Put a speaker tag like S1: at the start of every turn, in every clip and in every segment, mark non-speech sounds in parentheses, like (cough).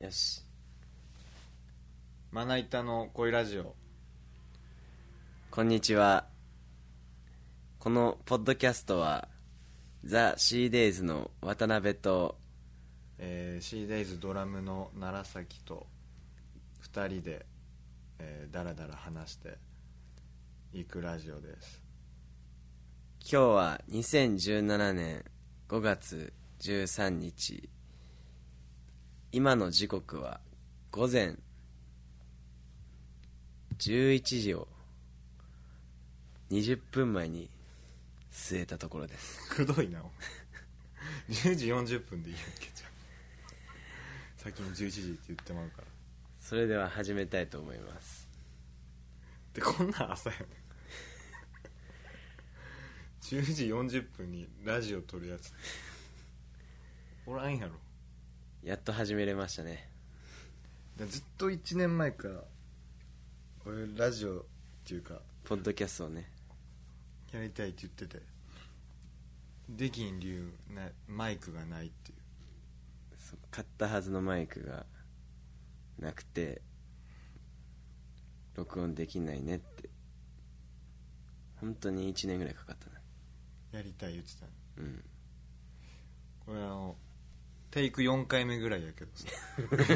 S1: よしまな板の恋ラジオ
S2: こんにちは。このポッドキャストは、ザ・シーデイズの渡辺と、
S1: えー、シーデイズドラムの楢崎と2人で、えー、だらだら話していくラジオです
S2: 今日は2017年5月13日、今の時刻は午前11時を20分前に据えたところです。
S1: くどいなお前10時40分でいいわけじゃん先に11時って言ってまうから
S2: それでは始めたいと思います。
S1: でこんなん朝やね10時40分にラジオ撮るやつおらんやろ
S2: やっと始めれましたね。
S1: でずっと1年前から俺ラジオっていうか
S2: ポッドキャストをね。
S1: やりたいって言っててできん理由なマイクがないっていう
S2: そう買ったはずのマイクがなくて録音できないねって本当に1年ぐらいかかったな
S1: やりたい言ってたの
S2: うん
S1: これあのテイク4回目ぐらいやけど (laughs) さテイ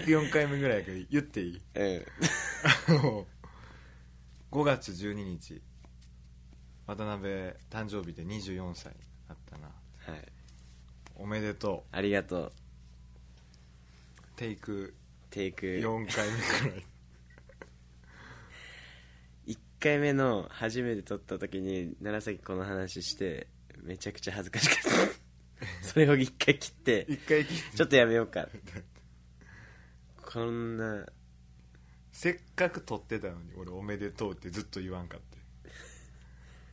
S1: ク4回目ぐらいやけど言っていい
S2: え
S1: あの5月12日渡辺誕生日で24歳だったな
S2: えはい
S1: おめでと
S2: ありがとう
S1: うテイク
S2: テイク
S1: 4回目くらい
S2: 1回目の初めて撮った時に楢崎この話してめちゃくちゃ恥ずかしか
S1: (laughs)
S2: ったそれを1回切って
S1: (laughs) 一回切っ
S2: ちょっとやめようか
S1: (laughs)
S2: こんな
S1: せっかく撮ってたのに俺おめでとうってずっと言わんかって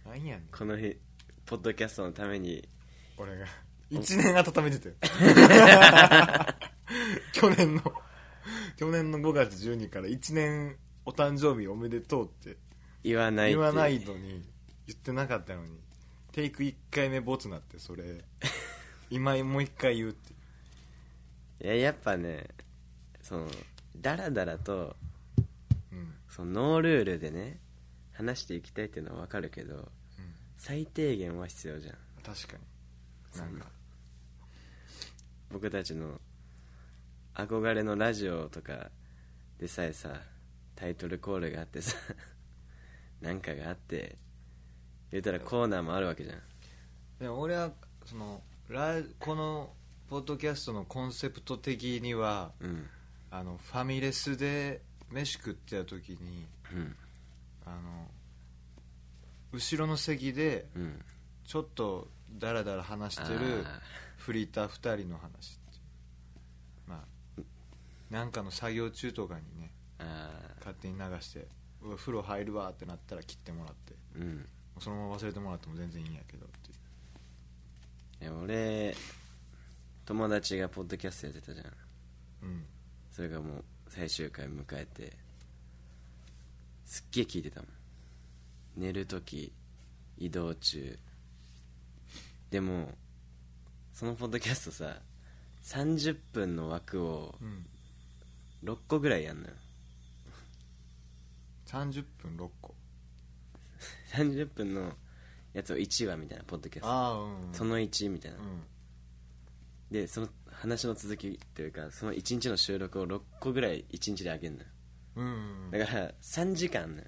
S1: なんやねん
S2: この日ポッドキャストのために
S1: 俺が1年温めて (laughs) たよ去年の去年の5月12から1年お誕生日おめでとうって
S2: 言わないって
S1: 言わないのに言ってなかったのにテイク1回目ボツなってそ (laughs) れ今もう1回言うって
S2: いややっぱねそのダラダラと
S1: うん
S2: そのノールールでね話していきたいっていうのは分かるけど最低限は必要じゃん
S1: 確かになんか
S2: 僕たちの憧れのラジオとかでさえさタイトルコールがあってさ (laughs) なんかがあって言うたらコーナーもあるわけじゃん
S1: でも俺はそのラこのポッドキャストのコンセプト的には
S2: うん
S1: あのファミレスで飯食ってた時に
S2: うん
S1: あの後ろの席で
S2: うん
S1: ちょっとダラダラ話してる
S2: あ
S1: フリーター2人の話っていうまあなんかの作業中とかにね
S2: ーあ
S1: 勝手に流して「うわ風呂入るわ」ってなったら切ってもらって
S2: ーうん
S1: そのまま忘れてもらっても全然いいんやけどっていう
S2: いや俺友達がポッドキャストやってたじゃん
S1: うん
S2: それがもう最終回迎えてすっげえ聞いてたもん寝る時移動中でもそのポッドキャストさ30分の枠を
S1: うん
S2: 6個ぐらいやんのよ
S1: 30分6個
S2: 30分のやつを1話みたいなポッドキャスト
S1: ああうん
S2: その1みたいな、
S1: うん
S2: でその話の続きっていうかその1日の収録を6個ぐらい1日であげんのよ
S1: うんうんうん
S2: だから3時間あんのよ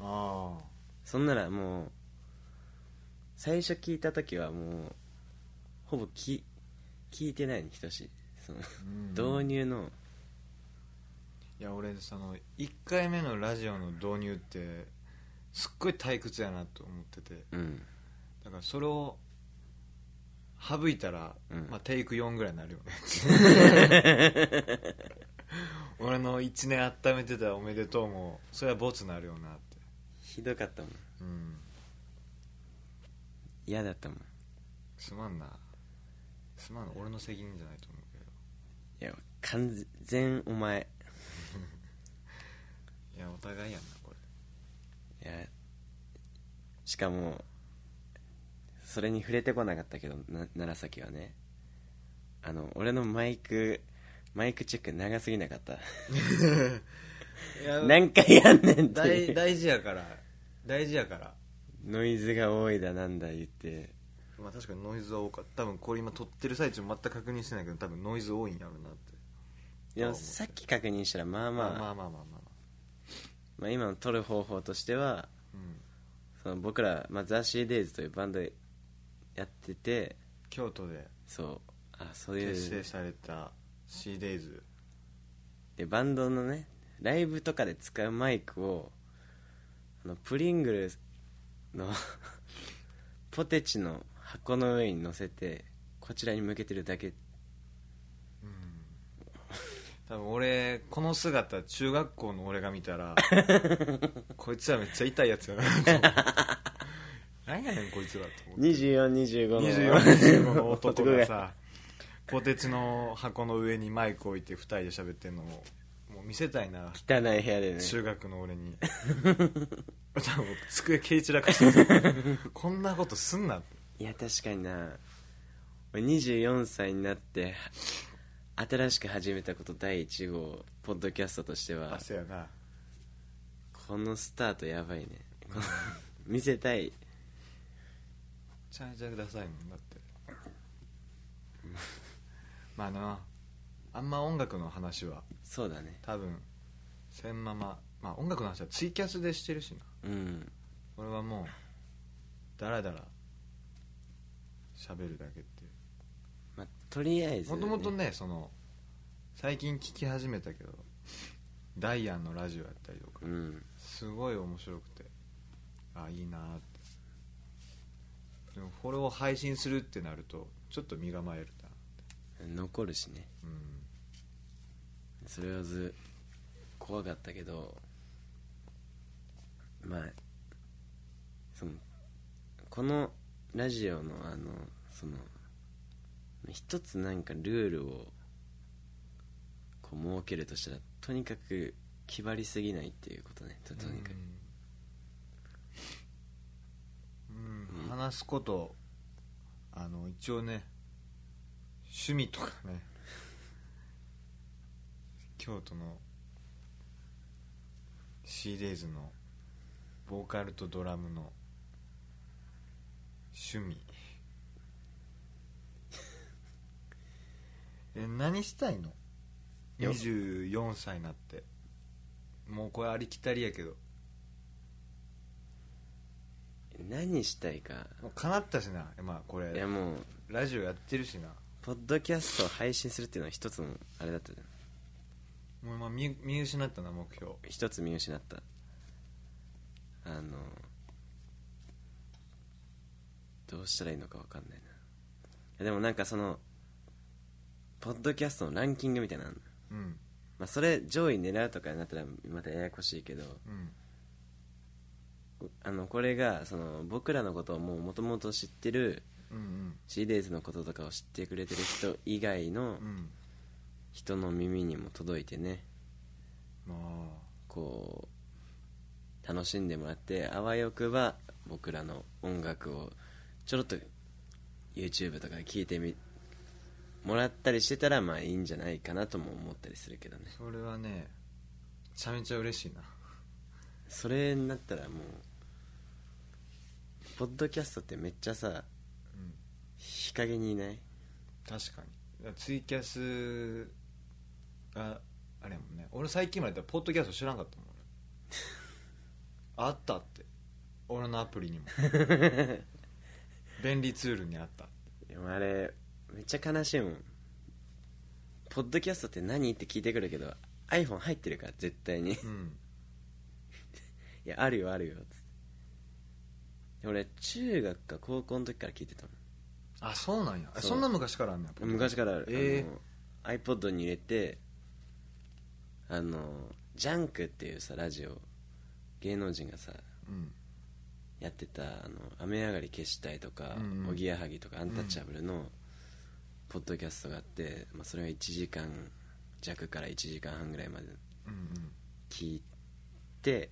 S1: ああ
S2: そんならもう最初聞いた時はもうほぼき聞いてないに等しいその、
S1: ん
S2: 導入の
S1: いや俺その1回目のラジオの導入ってすっごい退屈やなと思ってて
S2: うん
S1: だからそれを省いたら、
S2: うん
S1: まあ、テイク4ぐらいにな (laughs) るよね俺の1年温めてたおめでとうもそれはボツになるよなって
S2: ひどかったもん
S1: うん
S2: 嫌だったもん
S1: すまんなすまんな俺の責任じゃないと思うけど
S2: いや完全お前
S1: いやお互いやんなこれ
S2: いやしかもそれに触れてこなかったけどな楢崎はねあの俺のマイクマイクチェック長すぎなかった (laughs)
S1: いや
S2: 何回やんねんってい
S1: (laughs) 大
S2: う
S1: 大事やから大事やから
S2: ノイズが多いだなんだ言って
S1: まあ確かにノイズは多かった多分これ今撮ってる最中全く確認してないけど多分ノイズ多いんやろうなって
S2: で
S1: あ
S2: も
S1: 思って
S2: さっき確認したらまあまあ、
S1: まあまあまあまあまあ、
S2: まあ、今の撮る方法としては
S1: うん、
S2: その僕ら、まあ、ザ・シーデイズというバンドやってて
S1: 京都で
S2: そうあそうい
S1: 結成
S2: う
S1: された CDays
S2: でバンドのねライブとかで使うマイクをあのプリングルの (laughs) ポテチの箱の上に乗せてこちらに向けてるだけ
S1: 多分俺この姿中学校の俺が見た (laughs) らこいつらめっちゃ痛いやつや (laughs) なと思って何やねんこいつらと思って
S2: 2425の
S1: 2425の男がさポテチの箱の上にマイク置いて2人で喋ってんのをもう見せたいな
S2: (laughs) 汚い部屋でね
S1: 中学の俺に (laughs) 多分机蹴り散らかしてたこんなことすんなって
S2: いや確かにな俺24歳になって新しく始めたこと第1号ポッドキャストとしては
S1: 汗やな
S2: このスタートやばいねこの見せたい
S1: ちゃめちゃくださいもんだってまあなあんま音楽の話は
S2: そうだね
S1: 多分せんまままあ音楽の話はツイキャスでしてるしな
S2: うん
S1: 俺はもうダラダラ喋るだけっていう
S2: まあとりあえず
S1: もともとねその最近聞き始めたけどダイアンのラジオやったりとか
S2: うん
S1: すごい面白くてあいいなーってでもこれを配信するってなるとちょっと身構えるな
S2: 残るしね
S1: うん
S2: それはず怖かったけどまあそのこのラジオのあのその一つなんかルールをこう設けるとしたらとにかく気張りすぎないっていうことねととにかく
S1: うん、うん
S2: うん
S1: 話すことあの一応ね趣味とかね京都の C デイズのボーカルとドラムの趣味 (laughs) え何したいの
S2: よ
S1: 24歳になってもうこれありきたりやけど
S2: 何したいか
S1: もう叶ったしな、まあ、こ
S2: い
S1: れ
S2: やもう
S1: ラジオやってるしな
S2: ポッドキャストを配信するっていうのは一つのあれだったじゃん
S1: もう今見見失ったな目標
S2: 一つ見失ったあのどうしたらいいのか分かんないないやでもなんかそのポッドキャストのランキングみたいなのあんの
S1: うん
S2: まあ、それ上位狙うとかになったらまたややこしいけど
S1: うん
S2: あのこれがその僕らのことをもともと知ってる
S1: うん
S2: シーデイズのこととかを知ってくれてる人以外の
S1: うんうん
S2: 人の耳にも届いてね
S1: ま
S2: こう楽しんでもらってあわよくば僕らの音楽をちょろっと YouTube とかで聴いてみもらったりしてたらまあいいんじゃないかなとも思ったりするけどね
S1: あそれはねめちゃめちゃ嬉しいな
S2: それになったらもうポッドキャストってめっちゃさ
S1: うん
S2: 日陰にいない
S1: 確かにだからツイキャスがあれやもんね俺最近までだったらポッドキャスト知らんかったもん
S2: (laughs)
S1: 俺あったって俺のアプリにも便利ツールにあった
S2: でもあれめっちゃ悲しいもんポッドキャストって何って聞いてくるけど iPhone 入ってるから絶対に
S1: うん
S2: いやあるよあるよっつってで俺中学か高校の時から聞いてた
S1: あそうなんやえ
S2: そう
S1: そんな昔からあんねやポッ
S2: もん
S1: ドキャ
S2: 昔
S1: スト
S2: からある、
S1: え
S2: あの iPod に入れてあのジャンクっていうさラジオ芸能人がさ
S1: えうん
S2: やってたあの雨上がり消したいとか、
S1: うんうん
S2: おぎやはぎとかアンタッチャブルのポッドキャストがあって、まあ、それが1時間弱から1時間半ぐらいまで
S1: うんうん
S2: 聞いて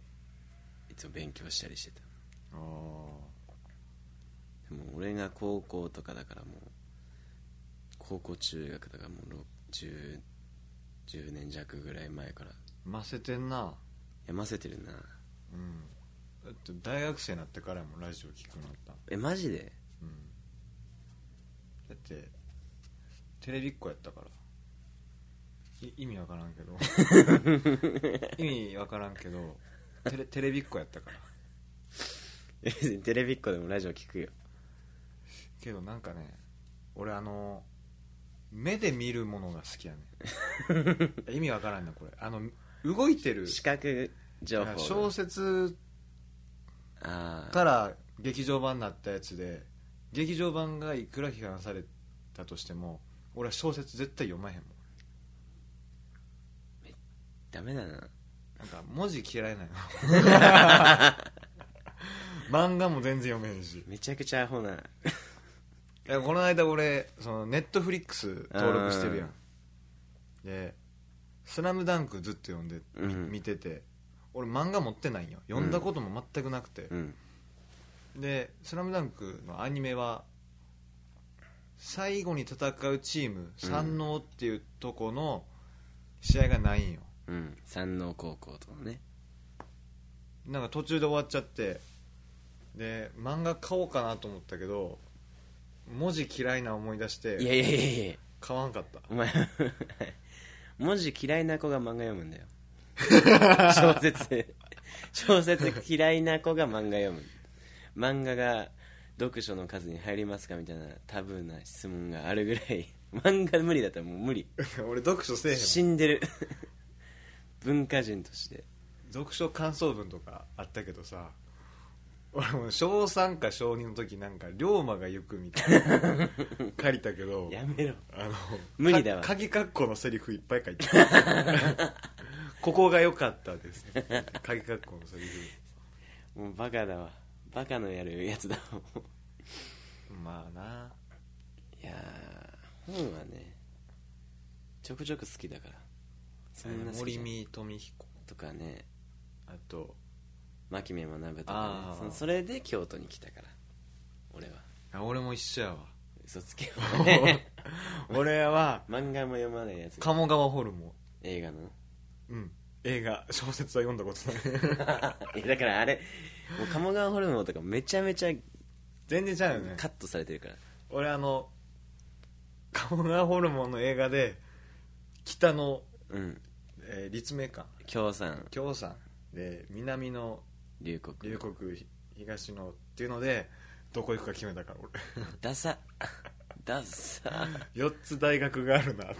S2: いつも勉強したりしてた
S1: ああ
S2: でも俺が高校とかだからもうこ高校中学だからもうろく 10, 10年弱ぐらい前から
S1: ませてんな
S2: やませてるな
S1: うんだって大学生になってからもラジオ聞くようになった
S2: えマジで
S1: うんだってテレビっ子やったからい意味わからんけど
S2: (laughs)
S1: 意味わからんけどテレテレビっ子やったから
S2: え別 (laughs) にテレビっ子でもラジオ聞くよ
S1: けどなんかね俺あの目で見るものが好きやねん意味わからんなこれあの動いてる
S2: 視覚情報
S1: 小説
S2: ああ
S1: から劇場版になったやつで劇場版がいくら批判されたとしても俺は小説絶対読まへんもん
S2: ダメだな
S1: なんか文字嫌いなの
S2: (laughs)
S1: 漫画も全然読めへんし
S2: めちゃくちゃアホない
S1: やこの間俺そのネットフリックス登録してるやん
S2: あ
S1: で「スラムダンクずっと読んで、み
S2: うん
S1: 見てて俺漫画持ってないんよ読んだことも全くなくて、
S2: うん
S1: で「スラムダンクのアニメは最後に戦うチーム山王っていうとこの試合がないんよ、
S2: うん山王高校とのね
S1: なんか途中で終わっちゃってで漫画買おうかなと思ったけど文字嫌いな思い出し
S2: いや
S1: て
S2: いやいやいや
S1: 買わんかった (laughs)
S2: お前文字嫌いな子が漫画読む
S1: (laughs)
S2: んだよ小説小説嫌いな子が漫画読む漫画が読書の数に入りますかみたいなタブーな質問があるぐらい漫画無理だったらもう無理
S1: 俺読書せえへんもん
S2: 死んでる文化人として
S1: 読書感想文とかあったけどさ俺も小3か小2の時なんか「龍馬が行く」みたいな
S2: (laughs)
S1: の借りたけど
S2: やめろ
S1: あの
S2: 無理だわ
S1: か鍵括弧のセリフいっぱい書いてた (laughs) ここが良かったです鍵括弧のセリフ
S2: もうバカだわバカのやるやつだわも
S1: まあな
S2: ういやー本はねちょくちょく好きだからそんな好き
S1: 森
S2: じゃん
S1: 見富彦
S2: とかね
S1: あと
S2: 牧目学ぶとかね
S1: あー
S2: そのそれで京都に来たから俺は
S1: あ俺も一緒やわ
S2: 嘘つけ漫
S1: (laughs) 俺は
S2: 画も読まないやつ
S1: 鴨川ホルモ
S2: 映画の (laughs)
S1: ンうん映画小説は読んだこと (laughs) ない
S2: いやだからあれもう鴨川ホルモンとかめちゃめちゃ
S1: 全然ちゃうよね
S2: カットされてるから、
S1: 俺あの鴨川ホルモンの映画で北の、
S2: うん
S1: えー立命館
S2: 京産
S1: 京山で南の
S2: 龍谷
S1: 龍谷ひ東のっていうのでどこ行くか決めたから (laughs)
S2: ダサダサ
S1: 俺4つ大学があるなって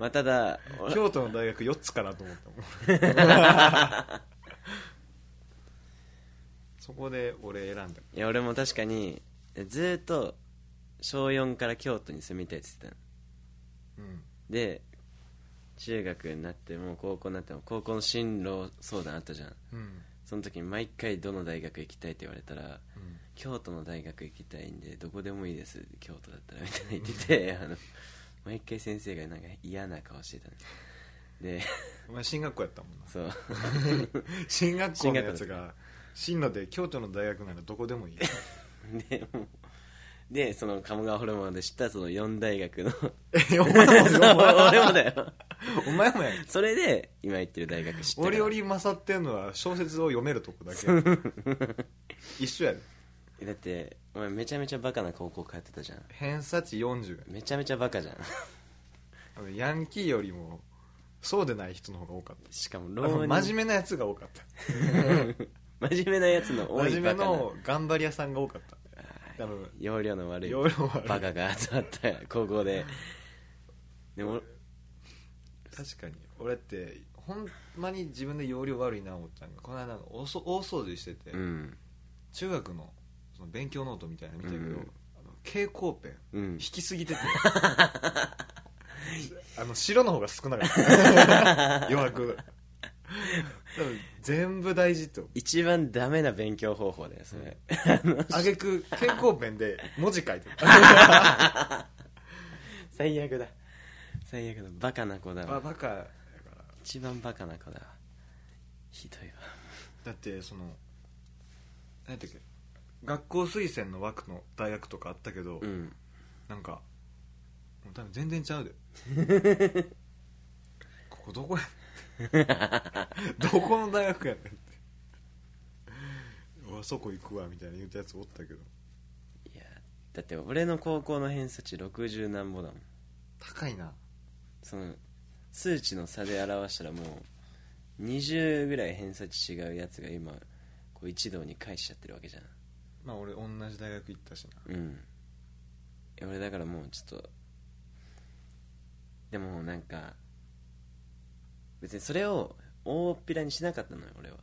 S2: まあただ俺
S1: 京都の大学4つかなと思ったもん (laughs) そこで俺選んだ
S2: いや俺も確かにずーっと小4から京都に住みたいって言ってたの
S1: うん
S2: で中学になっても高校になっても高校の進路相談あったじゃん
S1: うん
S2: その時に毎回どの大学行きたいって言われたら
S1: うん
S2: 京都の大学行きたいんでどこでもいいです京都だったらみたいな言って
S1: (laughs)
S2: てあの毎回先生がなんか嫌な顔してたので (laughs)
S1: お前進学校やったもんな
S2: そう
S1: 進学校のやつが進路で京都の大学ならどこでもいい
S2: でもうでその鴨川ホルモンで知ったその4大学の
S1: (laughs) (laughs) えお前も
S2: そう
S1: お前も
S2: 俺もだよ
S1: お前もやん
S2: それで今行ってる大学知ったか
S1: 俺よ
S2: ら
S1: り勝ってんのは小説を読めると (laughs) こだけ一緒やで
S2: だってお前めちゃめちゃバカな高校通ってたじゃん
S1: 偏差値40や
S2: めちゃめちゃバカじゃん
S1: あのヤンキーよりもそうでない人の方が多かった
S2: しかも
S1: あ
S2: 浪
S1: の
S2: 人
S1: 真面目なやつが多かった
S2: 真面目なやつの多い
S1: 真面目
S2: バカな
S1: の頑張り屋さんが多かった多分
S2: 容量の悪い
S1: 容量悪い
S2: (laughs) バカが集まった高校ででも
S1: 確かに俺ってほんまに自分で容量悪いな思ったんがこの間おそ大掃除してて、
S2: うん
S1: 中学のその勉強ノートみたいなの見たけど、
S2: うん
S1: あの蛍光ペン
S2: うん
S1: 引き
S2: (laughs)
S1: すぎててあの白の方が少なかった
S2: (laughs)
S1: 余白多分全部大事と
S2: 一番ダメな勉強方法だよそれ、 (laughs)
S1: あげく蛍光ペンで文字書いてた
S2: 最悪だ最悪だバカな子だ
S1: あ
S2: わ
S1: バカやから
S2: 一番バカな子だわひどいわ
S1: だってその何てっけ学校推薦の枠の大学とかあったけど、
S2: うん
S1: なんかもう多分全然ちゃうで
S2: (laughs)
S1: ここどこやどこの大学やねんってうわそこ行くわみたいな言うたやつおったけど
S2: いやだって俺の高校の偏差値60何ぼだもん
S1: 高いな
S2: その数値の差で表したらもう20ぐらい偏差値違うやつが今こう一堂に返しちゃってるわけじゃん
S1: まあ俺同じ大学行ったしな
S2: うんえ俺だからもうちょっとでもなんか別にそれを大っぴらにしなかったのよ俺は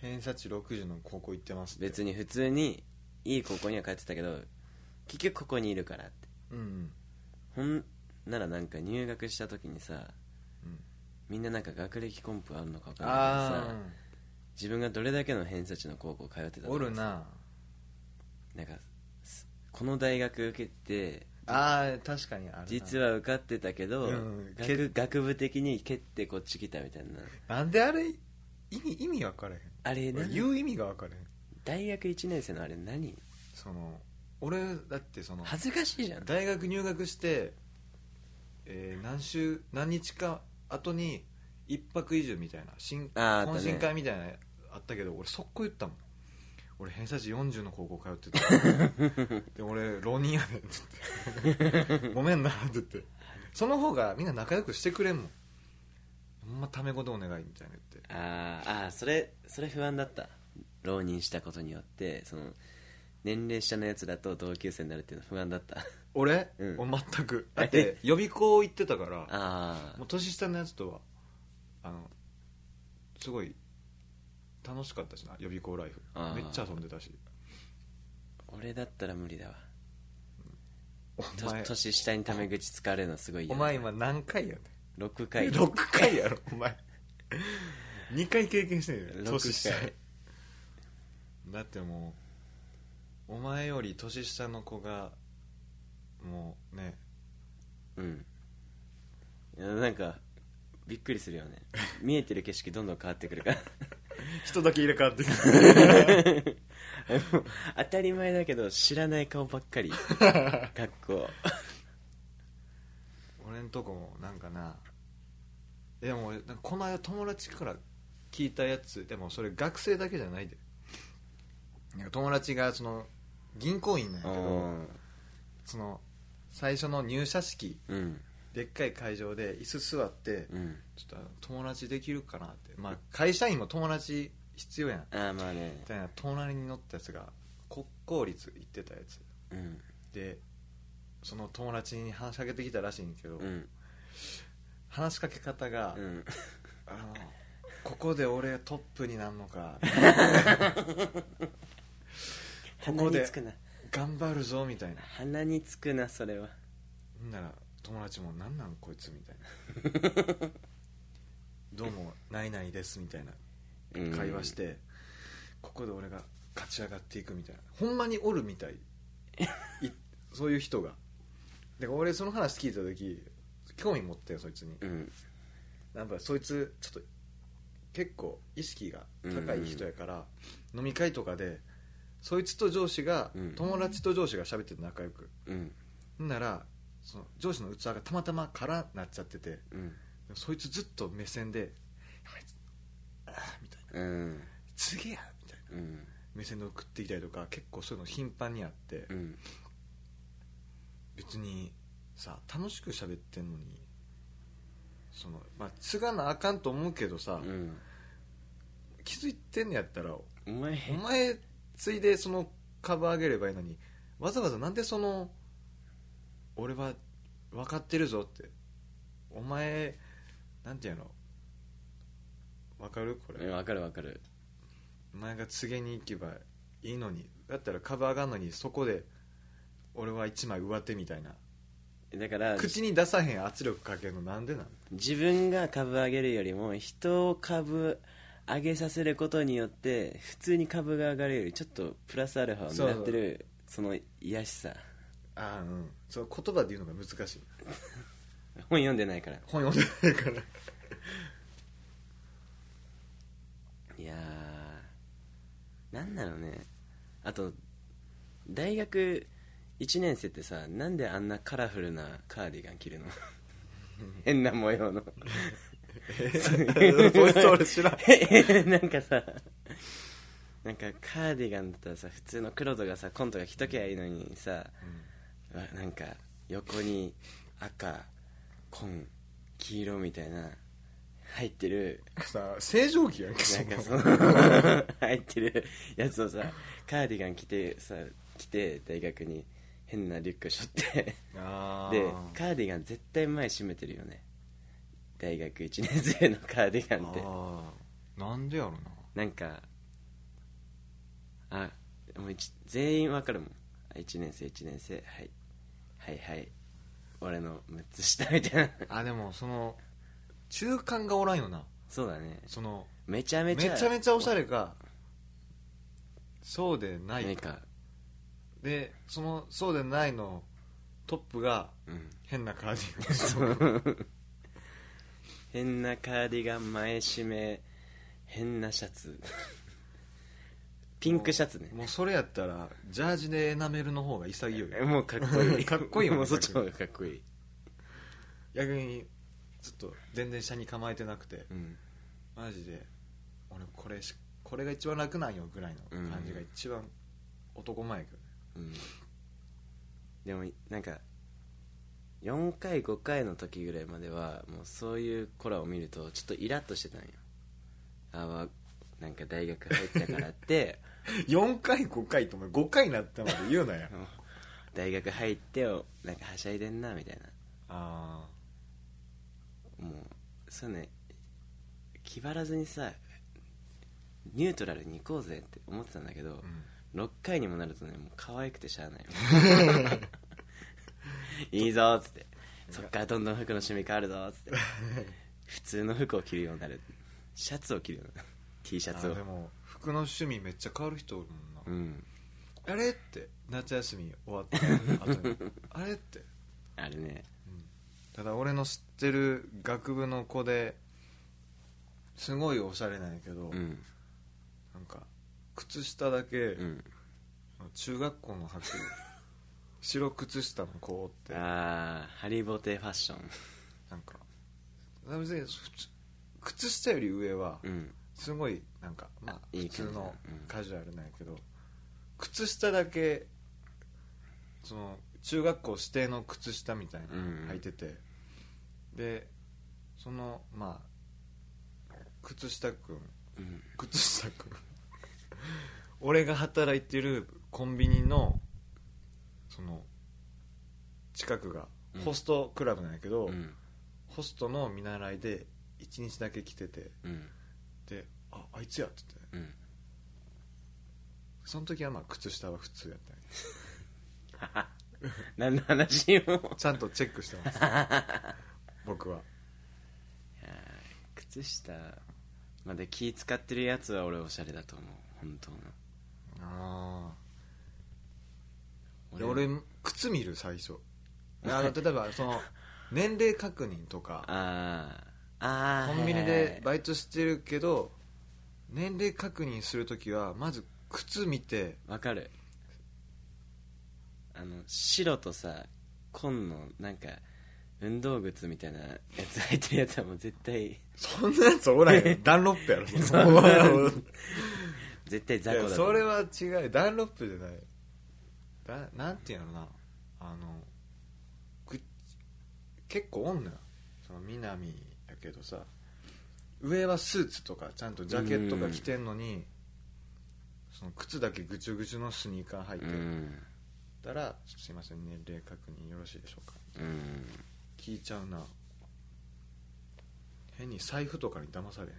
S1: 偏差値60の高校行ってますって
S2: 別に普通にいい高校には通ってたけど結局ここにいるからって
S1: うん
S2: ほんならなんか入学した時にさ
S1: うん
S2: みんななんか学歴コンプあるのか分かんないけど
S1: あ
S2: さ自分がどれだけの偏差値の高校通ってた
S1: あ
S2: のか
S1: おるな
S2: なんかすこの大学受けて
S1: ああ確かにあるな
S2: 実は受かってたけど、
S1: うん
S2: 学学部的に蹴ってこっち来たみたいな
S1: なんであれ意味意味分かれへん
S2: あれ
S1: 俺
S2: 何
S1: 言う意味が分かれへん
S2: 大学1年生のあれ何
S1: その俺だってその
S2: 恥ずかしいじゃん
S1: 大学入学して、えー何週何日か後に一泊以上みたいな新
S2: あーあったね
S1: 懇親会みたいなのあったけど俺速攻言ったもん俺偏差値40の高校通ってた
S2: (laughs)
S1: で俺浪人やねんって言って (laughs) ごめんなって言ってその方がみんな仲良くしてくれんもんほんまタメ語でお願いみたいな言って
S2: あーあーそれそれ不安だった浪人したことによってその年齢下のやつらと同級生になるっていうの不安だった
S1: 俺、
S2: うん
S1: 俺全くだって予備校行ってたから
S2: あ
S1: もう年下のやつとはあのすごい楽しかったしな予備校ライフ
S2: あー
S1: めっちゃ遊んでたし
S2: あ俺だったら無理だわ
S1: お
S2: と
S1: 前
S2: 年下にタメ口使われるのすごい
S1: お
S2: 嫌だ
S1: 前今何回やね
S2: 6
S1: ん
S2: 回
S1: 6回やろお前2回経験してるよ
S2: 六
S1: 年下
S2: 回
S1: だってもうお前より年下の子がもうね
S2: うんいやなんかびっくりするよね見えてる景色どんどん変わってくるから
S1: 人だけ入れ替わってくる
S2: (laughs) 当たり前だけど知らない顔ばっか
S1: (laughs)
S2: り学校
S1: 俺んとこもなんかなでも俺なんかこの間友達から聞いたやつでもそれ学生だけじゃないでなんか友達がその銀行員なんやけどその最初の入社式
S2: うん
S1: でっかい会場で椅子座って
S2: うん
S1: ちょっとあの友達できるかなってまあ会社員も友達必要やんみ
S2: ああまあね
S1: たいな隣に乗ったやつが国公立行ってたやつ
S2: うん
S1: でその友達に話しかけてきたらしいんけど、
S2: うん
S1: 話しかけ方が、
S2: うん
S1: あの (laughs) ここで俺トップになるのかこ
S2: 鼻
S1: こ
S2: に
S1: で
S2: つくな
S1: 頑張るぞみたいな
S2: 鼻につくなそれは
S1: ほんなら友達も「なんなんこいつ」みたいな「どうもないないです」みたいな会話して、ここで俺が勝ち上がっていくみたいなほんまにおるみたいいそういう人がで俺その話聞いた時興味持ったよそいつに
S2: うん
S1: なんかそいつちょっと結構意識が高い人やから、飲み会とかでそいつと上司が、
S2: うん
S1: 友達と上司が喋ってて仲良く
S2: うん
S1: ほんならその上司の器がたまたま空になっちゃってて
S2: うん
S1: そいつずっと目線で「あいつあーみたいな
S2: うん
S1: 「次や!」みたいな
S2: うん
S1: 目線で送ってきたりとか結構そういうの頻繁にあって
S2: うん
S1: 別にさ楽しく喋ってんのにそのまあ継がなあかんと思うけどさ、
S2: うん
S1: 気づいてんのやったら
S2: お前
S1: お前ついでそのカバー上げればいいのにわざわざなんでその俺は分かってるぞってお前なんていうの分かるこれ、
S2: うんわかるわかる
S1: お前が告げに行けばいいのにだったらカバー上がんのにそこで俺は一枚上手みたいな
S2: だから
S1: 口に出さへん圧力かけるのなんでなん
S2: 自分が株上げるよりも人を株上げさせることによって普通に株が上がるよりちょっとプラスアルファを狙ってるその癒しさ
S1: ああうんそう言葉で言うのが難しい
S2: 本読んでないから
S1: 本読んでないから
S2: いやーなんだろうねあと大学1年生ってさなんであんなカラフルなカーディガン着るの変な模様の
S1: (laughs) そ
S2: (laughs)
S1: れ知らん
S2: なんかさなんかカーディガンだったらさ普通の黒とかさコントが着ときゃいいのにさ、わなんか横に赤紺黄色みたいな入ってる
S1: さ正常期やんけ
S2: な
S1: そ
S2: ん
S1: ん
S2: か
S1: な
S2: その入ってるやつをさカーディガン着てさ着て大学に変なリュックしょって
S1: あ
S2: でカーディガン絶対前閉めてるよね大学1年生のカーディガ
S1: ー
S2: ンって
S1: あーなんでやろな
S2: なんかあもう一全員わかるもん1年生1年生はいはいはい俺の6つ下みたいな (laughs)
S1: あでもその中間がおらんよな
S2: そうだね
S1: その
S2: めちゃめ
S1: め
S2: ち
S1: ち
S2: ゃ
S1: ゃめちゃおしゃれかそうでな
S2: ない
S1: い
S2: か
S1: でそのそうでないのトップが
S2: うん
S1: 変なカーディガン
S2: (laughs) 変なカーディガン前締め変なシャツピンクシャツ (laughs) ね
S1: もうそれやったらジャージでエナメルの方が潔いよ
S2: えもうかっこいい
S1: (laughs) かっこいいよね
S2: もうそっちの方がかっこいい、
S1: 逆にちょっと全然下に構えてなくて
S2: うん、
S1: マジで俺これしこれが一番楽なんよぐらいの感じが一番男前やけどね
S2: うんでもなんか4回5回の時ぐらいまではもうそういう子らを見るとちょっとイラッとしてたんよあわなんか大学入ったからって (laughs)
S1: 4回5回とお前5回になったまで言うなよ
S2: (laughs) もう大学入ってよなんかはしゃいでんなみたい
S1: あ
S2: なもうそうね気張らずにさニュートラルに行こうぜって思ってたんだけど、
S1: あ、うん
S2: 6回にもなるとねもう可愛くてしゃあない
S1: (laughs)
S2: いいぞーっつってそっからどんどん服の趣味変わるぞーっつって普通の服を着るようになるシャツを着るようになる T シャツ
S1: あ
S2: を
S1: でも服の趣味めっちゃ変わる人おるもん
S2: う
S1: な、
S2: ん
S1: あれって夏休み終わった後
S2: (laughs)
S1: にあれって
S2: あれね
S1: ただ俺の知ってる学部の子ですごいおしゃれなんやけど、
S2: うん
S1: なんか靴下だけ、
S2: うん
S1: 中学校の履く白靴下の子おって
S2: ああハリボテファッション
S1: なんか別に普通靴下より上は
S2: うん
S1: すごいなんか、まあ
S2: あいい感
S1: 普通
S2: じだ
S1: の
S2: うん
S1: カジュアルなんやけど、靴下だけその中学校指定の靴下みたいな
S2: うんうん
S1: の履いてて、でそのまあ靴下くん
S2: うん
S1: 靴下くん (laughs) 俺が働いてるコンビニのその近くが
S2: うん
S1: ホストクラブなんやけど、
S2: うん
S1: ホストの見習いで1日だけ来てて
S2: うん
S1: で「ああいつや」って言って
S2: うん
S1: その時はまあ靴下は普通やったんや
S2: 何の話も
S1: ちゃんとチェックしてます (laughs) 僕は
S2: 靴下まで気使ってるやつは俺おしゃれだと思う本当の
S1: ああ俺靴見る最初あの例えばその年齢確認とか
S2: あーあ
S1: コ
S2: ー
S1: ンビニ
S2: はいはいは
S1: で
S2: い
S1: バイトしてるけど年齢確認するときはまず靴見て
S2: わかるあの白とさ紺のなんか運動靴みたいなやつ履いてるやつはもう絶対 (laughs)
S1: そんなやつおらんよダンロップやろ (laughs) そ
S2: そ
S1: ん
S2: う
S1: なの
S2: 絶対雑魚
S1: いや
S2: だと
S1: そ
S2: 思う
S1: れは違うダンロップじゃないだなんていうんやろなあのく結構おんのよその南やけどさ上はスーツとかちゃんとジャケットが着てんのにその靴だけぐちゅぐちゅのスニーカー履いて
S2: うん
S1: たら「すいません年齢確認よろしいでしょうか」
S2: うん
S1: 聞いちゃうな変に財布とかに騙されへん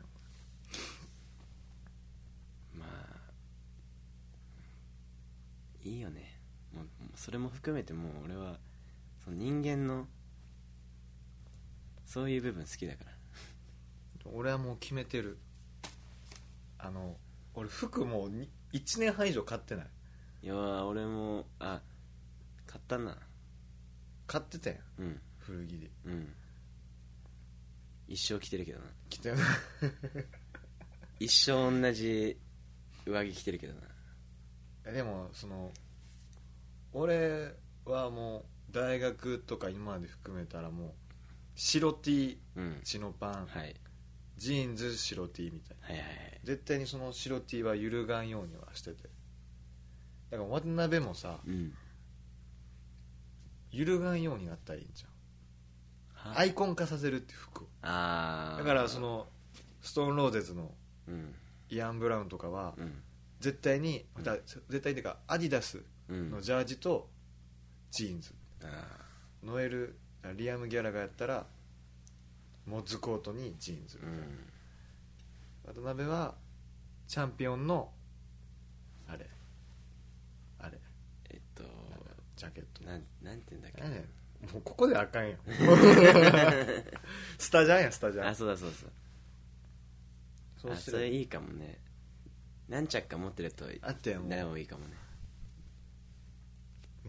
S2: まあいいよねもうもうそれも含めてもう俺はその人間のそういう部分好きだから
S1: 俺はもう決めてるあの俺服もうに1年半以上買ってない
S2: いやー俺もあ買ったな
S1: 買ってたやん
S2: うん
S1: 古着で
S2: うん一生着てるけどな
S1: 着てない (laughs)
S2: 一生同じ上着着てるけどな
S1: えでもその俺はもう大学とか今まで含めたらもう白 T
S2: うん
S1: チノパン、
S2: はい
S1: ジーンズ白 T みたいな
S2: はいはいはい
S1: 絶対にその白 T は揺るがんようにはしててだから渡辺もさ
S2: うん
S1: 揺るがんようになったらいいんじゃんア
S2: はい
S1: イコン化させるって服を
S2: あ
S1: だ
S2: あ
S1: からそのストーンローゼズの
S2: うん
S1: イアン・ブラウンとかは
S2: うん
S1: 絶対に、だ絶対にてかアディダス
S2: うん
S1: のジャージとジーンズ、
S2: あ
S1: ノエルリアム・ギャラがやったらモッズコートにジーンズ
S2: ーうん
S1: 渡辺はチャンピオンのあれあれ
S2: えっと
S1: ジャケット
S2: なんなんて言うんだっけ
S1: 何やねんもうここであか
S2: (laughs)
S1: んやんスタジャンやスタジャ
S2: あ
S1: ン
S2: そうだそうだそうだ
S1: そう
S2: あ
S1: し
S2: そ
S1: て
S2: れ
S1: る
S2: いいかもね何着か持ってると
S1: あったよもう
S2: なおいいかもね、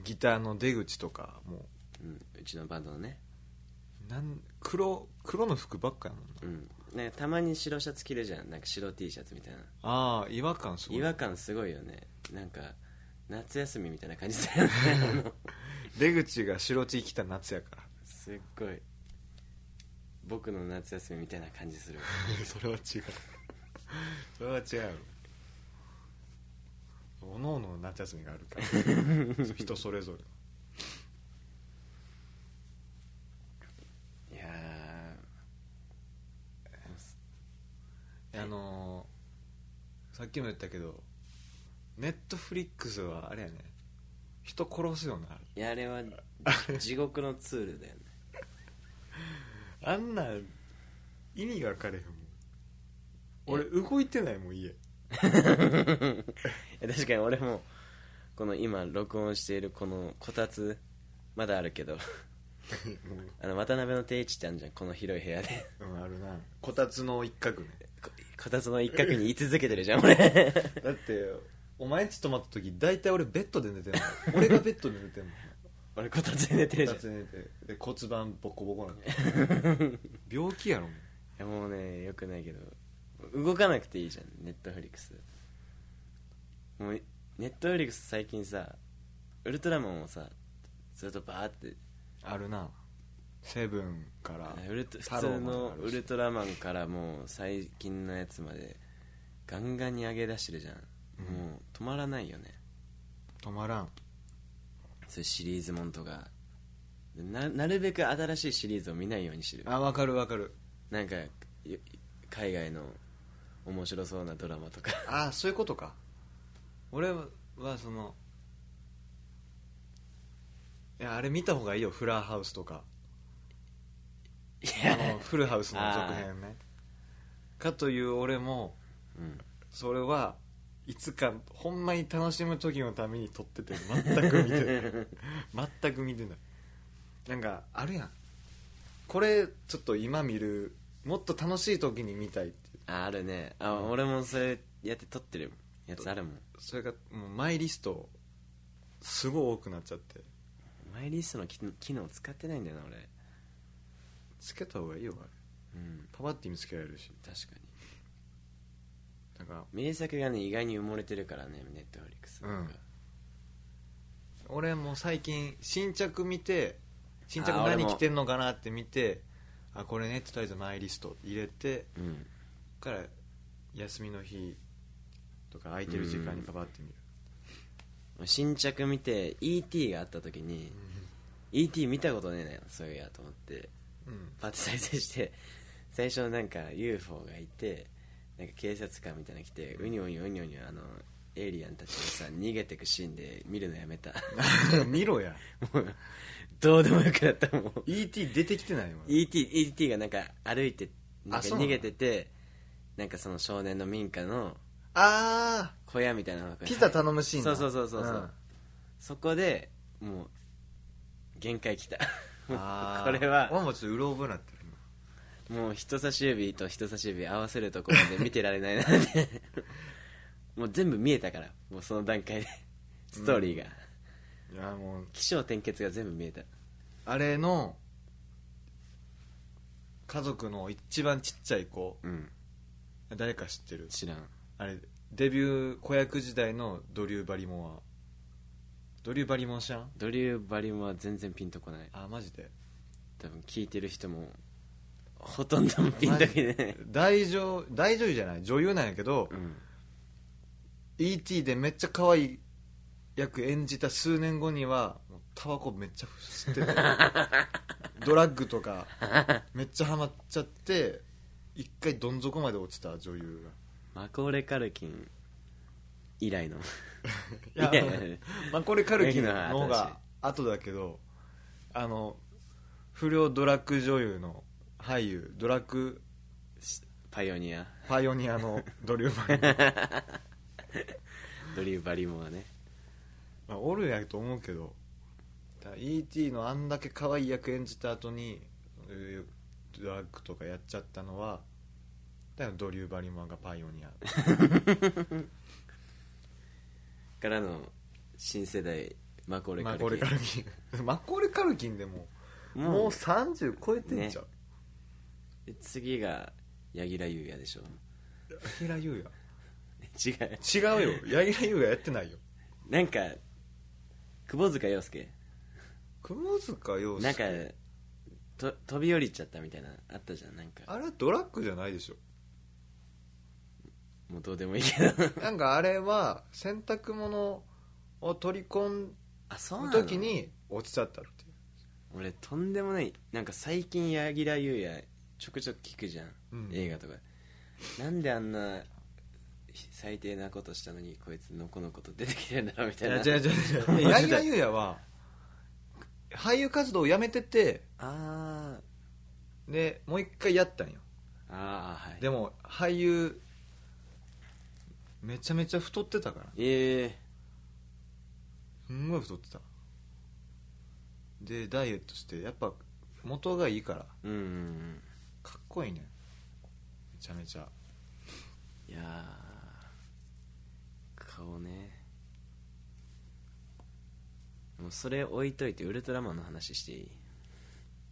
S1: ギターの出口とかもう
S2: うん、うちのバンドのね
S1: なん黒黒の服ばっかやもんな
S2: うんなんかたまに白シャツ着るじゃんなんか白 T シャツみたいな
S1: ああ違和感すごい
S2: 違和感すごいよねなんか夏休みみたいな感じだ (laughs) よねあの
S1: 出口が白 T 来た夏やから
S2: すっごい僕の夏休みみたいな感じする
S1: (laughs) それは違うそれは違うやろおのおの夏休みがあるから (laughs) そう人それぞれ
S2: いや
S1: あのーさっきも言ったけどネットフリックスはあれやね人殺すよな
S2: ーいやあれは地獄のツールだよね (laughs)
S1: あんな意味分かれへんもん俺
S2: え
S1: 動いてないもん家
S2: い
S1: (laughs)
S2: や確かに俺もこの今録音しているこのこたつまだあるけど (laughs) あの渡辺の定位置ってあるじゃんこの広い部屋で (laughs)
S1: うんあるなこたつの一角ね
S2: ここたつの一角に居続けてるじゃん俺
S1: だってお前んち泊まった時大体俺ベッドで寝 (laughs) てるの俺がベッドで寝てるの
S2: (laughs) 俺こたつで寝てるじゃん
S1: 二つ寝てで骨盤ボコボコなの (laughs) 病気やろもう
S2: いやもうねよくないけど動かなくていいじゃんネットフリックスもうネットフリックス最近さウルトラマンをさずっとバーって
S1: あるなセブンから
S2: ウルト普
S1: 太郎
S2: 通
S1: まで
S2: の
S1: ある
S2: ウ
S1: し
S2: ルトラマンからもう最近のやつまでガンガンに上げ出してるじゃん、
S1: うん
S2: もう止まらないよね
S1: 止まらん
S2: そういうシリーズもんとかでななるべく新しいシリーズを見ないようにしてる
S1: あわかるわかる
S2: なんかよ海外の面白そうなドラマとか
S1: ああそういうことか俺はそのいやあれ見た方がいいよフラーハウスとか
S2: い
S1: あのフルハウスの続編ねかという俺も
S2: うん
S1: それはいつかほんまに楽しむ時のために撮ってて全く見てない
S2: (laughs)
S1: 全く見てないなんかあるやんこれちょっと今見るもっと楽しい時に見たいって
S2: ああるねあ、俺もそれやって撮ってるやつあるもん
S1: それがもうマイリストすごい多くなっちゃって
S2: マイリストの機機能使ってないんだよな俺
S1: つけた方がいいよあれ
S2: うん
S1: パパッて見つけられるし
S2: 確かに
S1: なんか
S2: 名作がね意外に埋もれてるからねネットフリックスとか
S1: うん俺も最近新着見て新着
S2: あ俺
S1: 何
S2: も
S1: 着てんのかなって見てあこれねってとりあえずマイリスト入れて
S2: うん
S1: から休みの日とか空いてる時間にパパって見る、
S2: 新着見て ET があった時に ET 見たことねえなよそういやと思って
S1: うん
S2: パッて再生して (laughs) 最初なんか UFO がいてなんか警察官みたいなの来てウニョウニョウニョウニョあのエイリアンたちがさ逃げてくシーンで見るのやめた (laughs)
S1: 見ろや
S2: もうどうでもよくなったもう
S1: ET 出てきてないもん
S2: ET, ET がなんか歩いてなん
S1: あ
S2: か
S1: そうな
S2: 逃
S1: の
S2: げててなんかその少年の民家の
S1: あ
S2: 小屋みたいなのが
S1: あピザ頼むシーン
S2: そ
S1: だ
S2: うそうそうそうそう、
S1: ん
S2: そこでもう限界きた (laughs)
S1: あ
S2: こ
S1: ー
S2: れは
S1: 俺もちょっとうろ覚えなってる今
S2: もう人差し指と人差し指合わせるところまで見てられないなって
S1: (laughs)
S2: もう全部見えたからもうその段階でストーリーが、
S1: いやもう
S2: 起承転結が全部見えた
S1: あれの家族の一番ちっちゃい子
S2: うん
S1: 誰か知ってる
S2: 知らん
S1: あれデビュー子役時代のドリュー・バリモドリューバリモン知らん
S2: ドリュー・バリモア全然ピンとこない
S1: あマジで
S2: 多分聞いてる人もほとんどピンときない
S1: 大女大女優じゃない女優なんやけど、
S2: うん
S1: E.T. でめっちゃ可愛い役演じた数年後にはもうタバコめっちゃ
S2: (laughs)
S1: 吸っててドラッグとかめっちゃハマっちゃって一回どん底まで落ちた女優
S2: マコーレ・カルキン以来の
S1: が
S2: (laughs) いやいやいや
S1: まあこれカルキンの
S2: いや
S1: 方
S2: いや
S1: が後だけどあの不良ドラッグ女優の俳優ドラッグ
S2: パイオニア
S1: パイオニアのドリューバリー
S2: ドリュー・バリモアね
S1: まあおるんやと思うけどだから E.T. のあんだけ可愛い役演じた後にそういうドラッグとかやっちゃったのはだからドリュー・バリマンがパイオニア
S2: からの新世代マコーレ・カ
S1: マ
S2: ル
S1: コーレ・
S2: キ
S1: カ
S2: ン
S1: ルキンマコーレ・カルキンでももう
S2: も
S1: 30超えてんじゃん、
S2: うで次が柳楽優弥でしょ (laughs)
S1: 柳楽優
S2: 違う
S1: 弥違うよ柳楽優弥やってないよ
S2: なんか窪塚洋介
S1: 雲塚洋介
S2: なんかと飛び降りちゃったみたいなのあったじゃんなんか
S1: あれはドラッグじゃないで
S2: (laughs)
S1: しょ
S2: もうどうでもいいけど
S1: なんかあれは洗濯物を取り込ん
S2: あそう
S1: だ
S2: (laughs) なの
S1: 時に落ちちゃったっていう
S2: 俺とんでもないなんか最近柳楽優弥ちょくちょく聞くじゃん、
S1: うん
S2: 映画とかなんであんな最低なことしたのにこいつのこのこと出てきてるんだろうみたい
S1: い
S2: な
S1: や違う違
S2: (laughs)
S1: う違ういや柳楽優弥は俳優活動をやめてて
S2: あー
S1: でもう一回やったんよ
S2: あーはい
S1: でも俳優めちゃめちゃ太ってたから
S2: ええ
S1: すんごい太ってたでダイエットしてやっぱ元がいいから
S2: うんうんうん
S1: かっこいいねめちゃめちゃ
S2: いやー顔ねもうそれ置いといてウルトラマンの話していい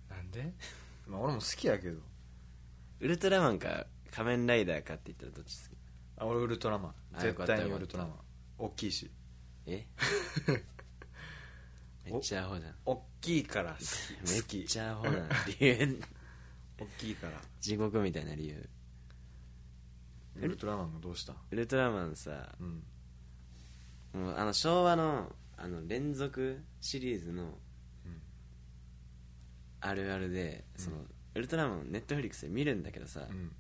S1: なんで、 (laughs) まあ、俺も好きやけど
S2: ウルトラマンか仮面ライダーかって言ったらどっち好き
S1: あ俺ウルトラマン
S2: あ
S1: 絶
S2: よかった
S1: 対に
S2: よか
S1: ウ
S2: った
S1: ルトラマン大きいし (laughs)
S2: えめっちゃアホじゃん
S1: 大きいから好き
S2: め
S1: 好き
S2: っちゃアホな理由
S1: 大きいから
S2: 地獄みたいな理由
S1: ウルトラマンがどうしたん
S2: ウルトラマンさ
S1: うん
S2: もうあの昭和のあの連続シリーズの
S1: うん
S2: あるあるで、その
S1: う
S2: ウルトラマンネットフリックスで見るんだけどさ、
S1: うん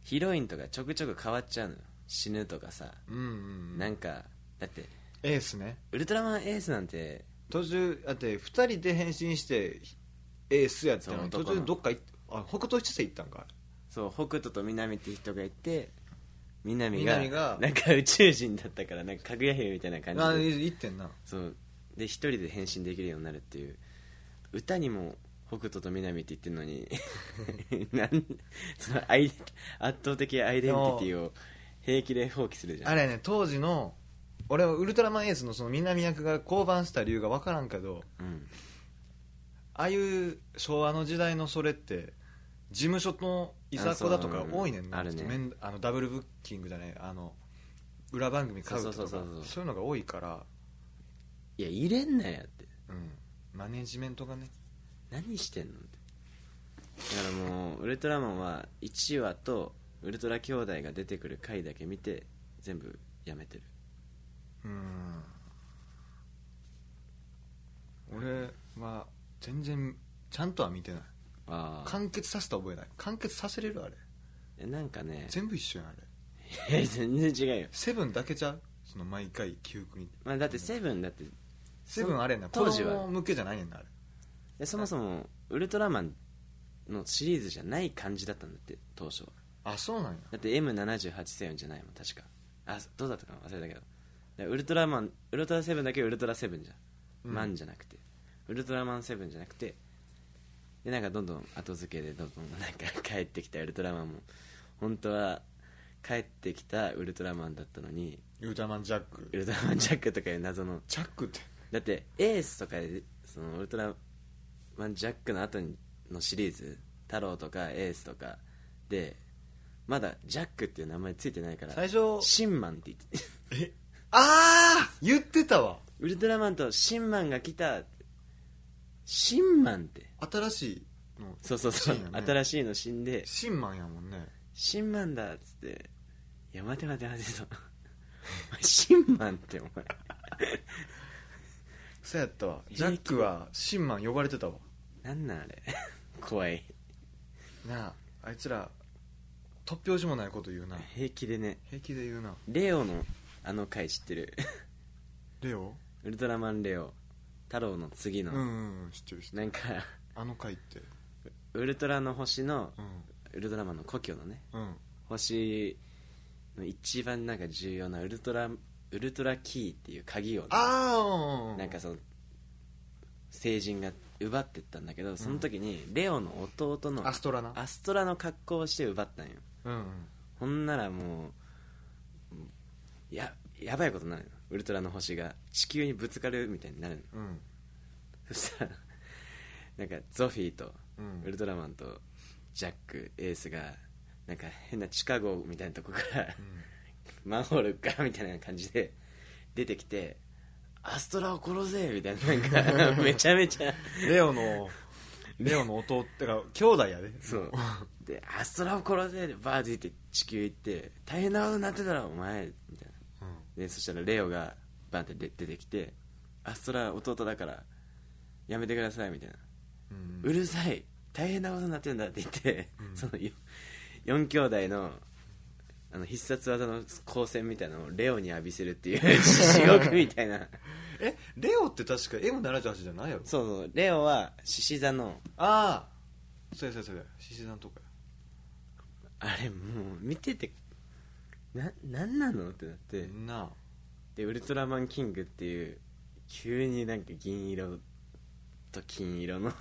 S2: ヒロインとかちょくちょく変わっちゃうのよ死ぬとかさ、
S1: うんうん
S2: なんかだって
S1: エースね
S2: ウルトラマンエースなんて
S1: 途中だって2人で変身してエースやったのに
S2: そう
S1: 途
S2: 男の
S1: 中どっか行っあ北斗七星行ったんか
S2: そう北斗と南って人がいて南が
S1: 南が
S2: なんか宇宙人だったからなんかかぐや姫みたいな
S1: あ
S2: 感
S1: あ
S2: じで
S1: 行ってんな
S2: そうで一人で変身できるようになるっていう歌にも北斗と南って言ってるの
S1: (laughs)
S2: になんそのアイ圧倒的アイデンティティを平気で放棄するじゃ
S1: あ
S2: ん
S1: れね当時の俺はウルトラマンエースのその南役が降板した理由が分からんけど
S2: うん、
S1: ああいう昭和の時代のそれって事務所のいざこだとか多いねんな
S2: あそううんあるね
S1: めんあのダブルブッキングじゃないあの裏番組買うとか
S2: そ
S1: そう
S2: そ
S1: う
S2: うそうそう
S1: いうのが多いから、
S2: いや入れんなよって
S1: うん、マネジメントがね
S2: 何してんのってだからもうウルトラマンは1話とウルトラ兄弟が出てくる回だけ見て全部やめてる
S1: うん俺は全然ちゃんとは見てない
S2: ああ
S1: 完結させた覚えない完結させれるあれ
S2: なんかね
S1: 全部一緒やんあれ
S2: え (laughs) 全然違うよ、
S1: セブンだけちゃうその毎回記憶に
S2: まあ、だってセブンだって
S1: セブンあれやな
S2: 当
S1: 当
S2: 時
S1: 時
S2: は
S1: は向けじゃないねんなあれ
S2: えそもそもウルトラマンのシリーズじゃない感じだったんだって当初は
S1: あそうなんや
S2: だって M78 セブンじゃないもん確かあどうだったかな忘れたけどだからウルトラマンウルトラセブンだけウルトラセブンじゃん、
S1: うん
S2: マンじゃなくてウルトラマンセブンじゃなくてでなんかどんどん後付けでどんどんなんか (laughs) 帰ってきたウルトラマンも本当は帰ってきたウルトラマンだったのに
S1: ウルトラマンジャック
S2: ウルトラマンジャックとかいう謎の
S1: ジャックって
S2: だってエースとかでそのウルトラマンジャックの後にのシリーズ太郎とかエースとかでまだジャックっていう名前ついてないから (laughs)
S1: 最初
S2: シンマンって言って
S1: ああ言ってたわ
S2: ウルトラマンとシンマンが来たってシンマンって
S1: 新しいの
S2: そうそうそう、
S1: シンやね
S2: 新しいの死んで
S1: シンマンやもんね
S2: シンマンだっつっていや待て待て待てとお前シンマンってお前
S1: そうやったわジャックはシンマン呼ばれてたわ
S2: なんなんあれ怖い
S1: なああいつら突拍子もないこと言うな
S2: 平気でね
S1: 平気で言うな
S2: レオのあの回知ってる
S1: レオ
S2: ウルトラマンレオ太郎の次
S1: う
S2: の、
S1: んうんうん知ってる知ってる
S2: なんか
S1: あの回って
S2: ウルトラの星の
S1: うん
S2: ウルトラマンの故郷のね
S1: うん
S2: 星の一番なんか重要なウルトラウルトラキーっていう鍵をね、
S1: ああうんうん
S2: なんかその成人が奪ってったんだけどその時にレオの弟の
S1: アストラな
S2: アストラの格好をして奪ったんよ
S1: うんうん
S2: ほんならもうややばいことになるのウルトラの星が地球にぶつかるみたいになるの
S1: うん
S2: そしたらなんかゾフィーと
S1: うん
S2: ウルトラマンとジャックエースがなんか変な地下壕みたいなとこから
S1: うん
S2: マンホールからみたいな感じで出てきて「アストラを殺せ!」みたいななん
S1: (laughs)
S2: かめちゃめちゃ
S1: レオのレオの弟ってか兄弟やで
S2: そうで「アストラを殺せ!」でバーってって地球行って「大変なことになってたろお前」みたいな
S1: うん
S2: でそしたらレオがバンって出出てきて「アストラ弟だからやめてください」みたいな
S1: うん
S2: うるさい大変なことになってるんだって言って、そのよ4兄弟のあの必殺技の光線みたいなのをレオに浴びせるっていう地獄みたい
S1: (laughs)
S2: な
S1: えレオって確か M78 じゃないやろ
S2: そうそうレオは獅子座の
S1: ああそうやそうやそうや獅子さんとかや
S2: あれもう見ててななんなのってなって
S1: なあ
S2: でウルトラマンキングっていう急になんか銀色と金色の (laughs)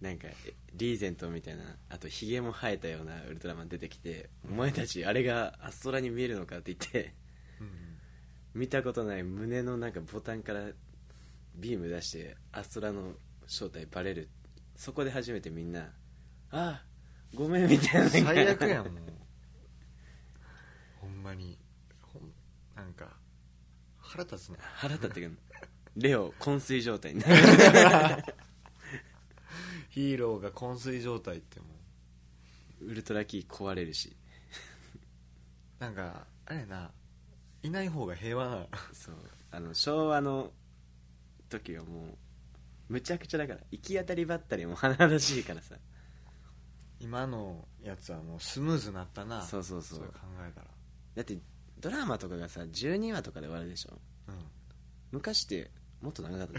S2: なんかリーゼントみたいなあとヒゲも生えたようなウルトラマン出てきて「お前たちあれがアストラに見えるのか」って言って
S1: うんうん
S2: 見たことない胸のなんかボタンからビーム出してアストラの正体バレるそこで初めてみんな「ああごめん」みたいな
S1: 最悪やん
S2: ん
S1: もうほんまにほんなんか腹立つな
S2: 腹立ってくるレオ昏睡状態になる
S1: (laughs) ヒーローが昏睡状態ってもう
S2: ウルトラキー壊れるし
S1: なんかあれやないない方が平和な
S2: そうあの昭和の時はもうむちゃくちゃだから行き当たりばったりも甚だしいからさ
S1: 今のやつはもうスムーズになったな
S2: そうそうそう
S1: 考えたら
S2: だってドラマとかがさ12話とかで終わるでしょ
S1: うん
S2: 昔ってもっと長かったの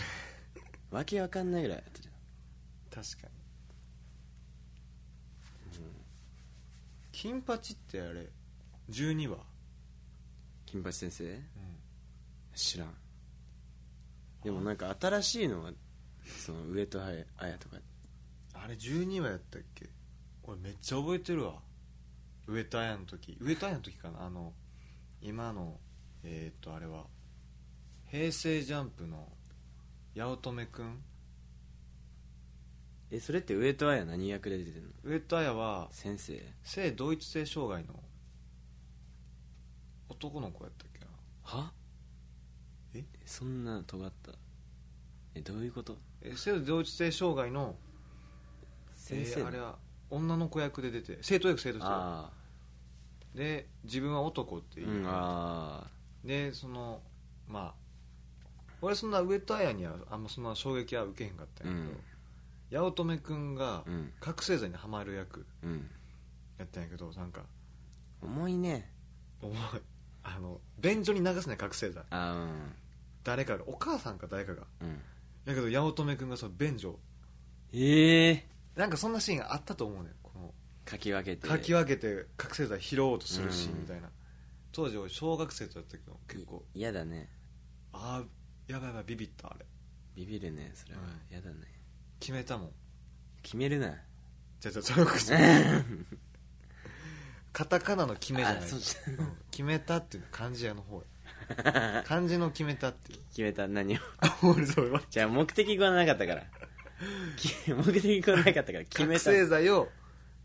S2: (laughs) わけわかんないぐらいだったじゃん
S1: 確かに、金八ってあれ12話、
S2: 金八先生知らんでもなんか新しいのはその上戸彩とか
S1: あれ12話やったっけ俺めっちゃ覚えてるわ上田綾の時上田綾の時かなあの今のえー、っとあれは平成ジャンプの八乙女くん
S2: えそれって上戸彩何役で出てるの
S1: 上田綾は
S2: 先生
S1: 性同一性障害の男の子やったっけな
S2: は
S1: え
S2: そんな尖ったえどういうこと
S1: え性同一性障害の
S2: 先
S1: え
S2: 生
S1: ー
S2: の
S1: あれは女の子役で出て生徒役生徒役
S2: あ
S1: で自分は男って
S2: ー
S1: いう、
S2: うんあ
S1: でそのまあ俺そんな上戸彩にはあんまそんな衝撃は受けへんかったんやけど、八乙女君が
S2: ーうん
S1: 覚醒剤にはまる役
S2: うん
S1: やったんやけどなんか
S2: 重いね
S1: 重いあの便所に流すね覚醒剤
S2: あー
S1: 誰かがお母さんか誰かが
S2: うんうん
S1: やけど八乙女君がその便所
S2: ええ
S1: なんかそんなシーンがあったと思うねんこの
S2: かき分けて
S1: かき
S2: 分
S1: 分けて覚醒剤拾おうとするシーンみたいな、当時俺小学生だったけど
S2: け
S1: 結構
S2: 嫌だね
S1: ああやばいやばいビビったあれ
S2: ビビるねそれは
S1: うん
S2: 嫌だね
S1: 決めたもん
S2: 決めるな
S1: じゃあじゃあそうい
S2: (laughs)
S1: うことじゃないカタカナの決めじゃない
S2: あそう (laughs) じ
S1: うん決めたっていうのは漢字屋の方や
S2: (laughs)
S1: 漢字の決めたっていう
S2: 決めた何を
S1: あ俺それは
S2: じゃあ目的語はなかったから (laughs) き目的語はなかったから決め
S1: 覚
S2: た
S1: 醒剤を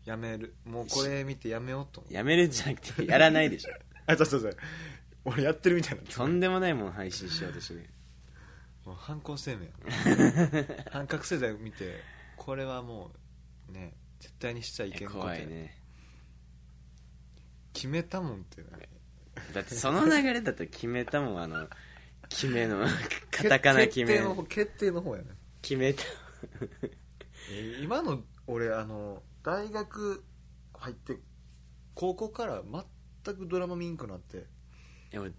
S1: やめるもうこれ見てやめようと思う
S2: やめるんじゃなくてやらないでしょ (laughs)
S1: あそうそうそう俺やってるみたいになって
S2: とんでもないもん配信しようと
S1: (laughs)
S2: してね
S1: もう反抗声
S2: (laughs)
S1: 明反覚醒剤を見てこれはもうね絶対にしちゃいけんこと
S2: 怖
S1: や
S2: いね
S1: 決めたもんってな
S2: だってその流れだと決めたもんあの決め
S1: (laughs)
S2: のカタカナ決め
S1: 決定の方決定の方やね
S2: 決めた
S1: えー今の俺あの大学入って高校から全くドラマ見んくなって
S2: いや俺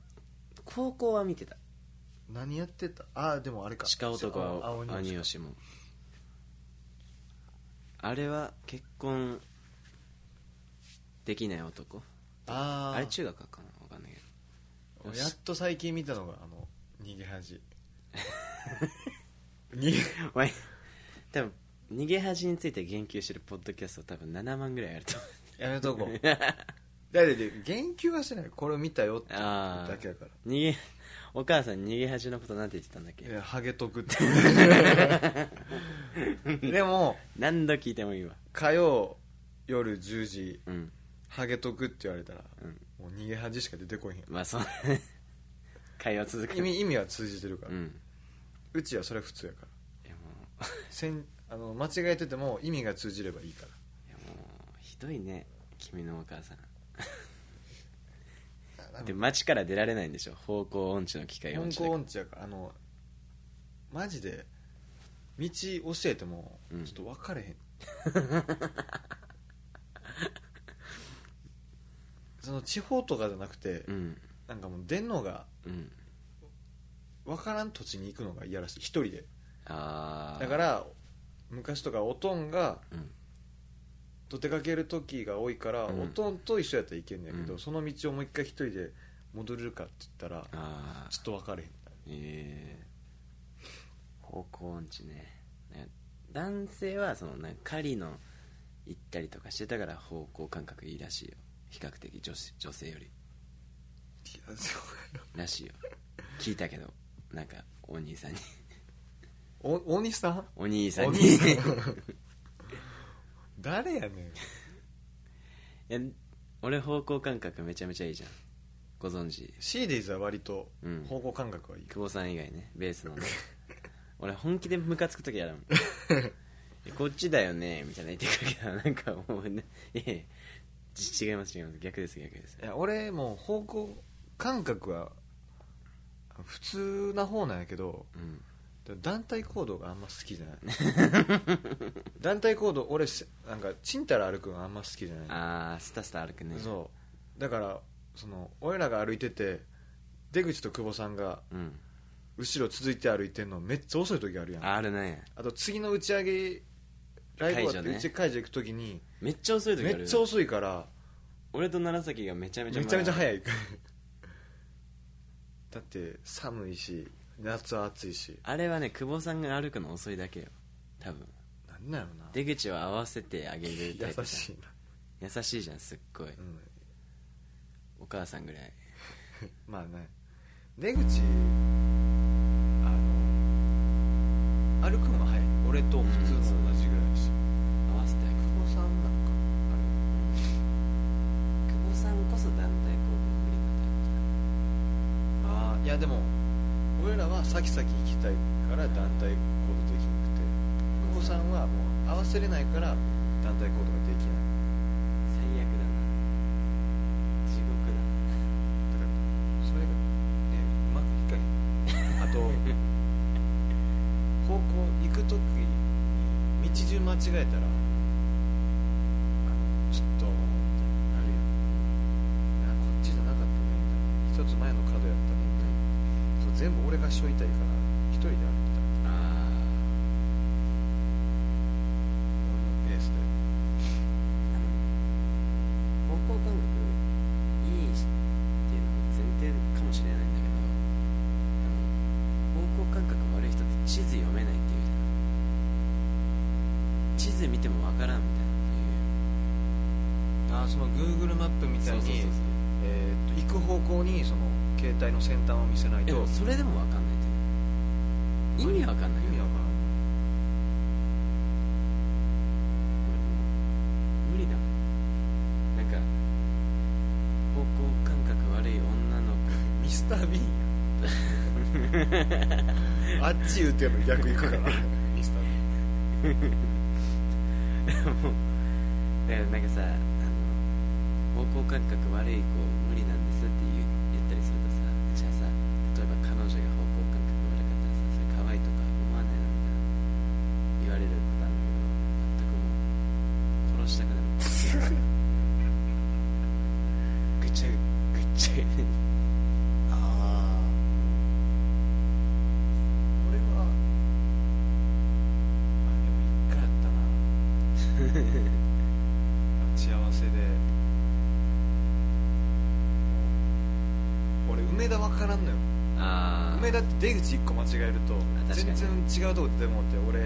S2: 高校は見てた
S1: 何やってたああでもあれか
S2: 鹿男は
S1: 青鬼
S2: 鬼
S1: の鹿
S2: 吉もあれは結婚できない男
S1: あ
S2: あ
S1: ー
S2: れ中学かなわかんないけど
S1: 俺やっと最近見たのがあの逃
S2: (laughs)
S1: げ恥逃げ
S2: お前多分逃げ恥について言及してるポッドキャスト多分7万ぐらいあると思う
S1: やめと
S2: (laughs)
S1: こうだって言及はしてないこれを見たよって
S2: ああ
S1: だけやか
S2: (laughs) 逃げお母さん逃げ恥のことなんて言ってたんだっ
S1: ら
S2: け
S1: いやハゲとくって
S2: (laughs)
S1: でも
S2: 何度聞いてもいいわ
S1: 火曜夜10時
S2: うん
S1: ハゲとくって言われたら、
S2: うん
S1: もう逃げ恥しか出てこいへん
S2: まあそう会話続け
S1: 意
S2: る
S1: 味意味は通じてるから、
S2: う
S1: うんちはそれは普通やから
S2: いやも
S1: せんあの間違えてても意味が通じればいいから
S2: ういやもうひどいね君のお母さん
S1: あ
S2: で街から出られないんでしょ方向音痴の機械音
S1: 本
S2: 痴だ
S1: 校
S2: から
S1: 音痴やからあのマジで道教えても
S2: うん
S1: ちょっと分かれへん、
S2: (laughs)
S1: その地方とかじゃなくて、
S2: うん
S1: なんかもう出んのが
S2: うん
S1: 分からん土地に行くのが嫌らしい一人で
S2: ああ
S1: だから昔とかおとんが
S2: うん
S1: と出かける時が多いから、
S2: うん
S1: おとんと一緒やったらいけんねやけど、
S2: うん
S1: その道をもう一回一人で戻れるかって言ったらちょ
S2: ああ
S1: っと分かれへん
S2: ええ方向音痴ねね男性はそのなんか狩りの行ったりとかしてたから方向感覚いいらしいよ比較的女子女性より
S1: いやそうやな
S2: らしいよ聞いたけどなんかお兄
S1: (laughs)
S2: さんに
S1: お大西さん
S2: お兄さん
S1: お
S2: に
S1: 兄さん誰やねん
S2: いや俺方向感覚めちゃめちゃいいじゃんご存知
S1: シーディーズは割と
S2: うん
S1: 方向感覚はいい、
S2: 久保さん以外ねベースのね (laughs) 俺本気でムカつく時やるもん (laughs) いやこっちだよねみたいな言ってくるけどなんかもうね (laughs) いやいやじ違います違います逆です逆です
S1: いや俺もう方向感覚は普通な方なんやけど
S2: うん
S1: 団体行動があんま好きじゃない
S2: (laughs)
S1: 団体行動俺せなんかちんたら歩くのあんま好きじゃない
S2: ああスタスタ歩くね
S1: そうだからその俺らが歩いてて出口と久保さんが
S2: うん
S1: 後ろ続いて歩いてんのめっちゃ遅い時あるやんあ
S2: あるね
S1: と次の打ち上げライブ終わっ
S2: 会場
S1: て
S2: ね
S1: 打ち会場行く時に
S2: めっちゃ遅い時あ
S1: め
S2: る
S1: っちゃ遅いから
S2: 俺と楢崎がめちゃめちゃ
S1: めちゃめちゃ早
S2: い
S1: い (laughs) だって寒いし夏は暑いし
S2: あれはね久保さんが歩くの遅いだけよ多分
S1: なんなんやろな
S2: 出口を合わせてあげるタイプ
S1: 優
S2: じ
S1: しいな、
S2: ゃん優しいじゃんすっごい
S1: うん、
S2: お母さんぐらい
S1: まあね出口あの歩くのは早い俺と普通の同じぐらいやし
S2: 合わせてあげる
S1: 久保さんなんか
S2: 久保さんこそ団体行動無理な
S1: あるあーいやでも俺らは先々行きたいから団体行動できなくて久保さんはもう合わせれないから団体行動ができない
S2: 最悪だな地獄
S1: だからそれがねうまくいかへ (laughs) んあと方向行く時に道順間違えたらあのちょっとあるやんあこっちじゃなかったねみたいな一つ前の角やったねみたいなそう全部俺がしょいたいから一人で歩いた
S2: だなあ
S1: 俺のペースで
S2: 方向感覚いいっていうのも前提かもしれないんだけどあの方向感覚悪い人って地図読めないっていうじゃん地図見てもわからんみたいな
S1: ああその Google マップみ
S2: そうそうそうそう
S1: えーっと行く方向にその携帯の先端を見せない
S2: で
S1: と
S2: もそれでもわかんないって意味わかんない
S1: 意味わからん
S2: 無理だなんか方向感覚悪い女の子
S3: あっち言うても逆行く
S1: (laughs)
S3: からミスター
S2: だからなんかさあの方向感覚悪い子無理なんですって言う言ったりするとさじゃあさ例えば彼女が方向感覚悪かったらさそれ可愛いとか思わないのみたいな言われることあるんだけど全くもう殺したくなるぐちゃぐぐちゃ
S3: ああ俺は
S1: あでも一回あったな待ち合わせでもう俺梅田分からんのよ
S2: あ
S1: 梅田って出口1個間違えると
S2: あ確か
S1: 全
S2: に
S1: 然違うとこ出てもって俺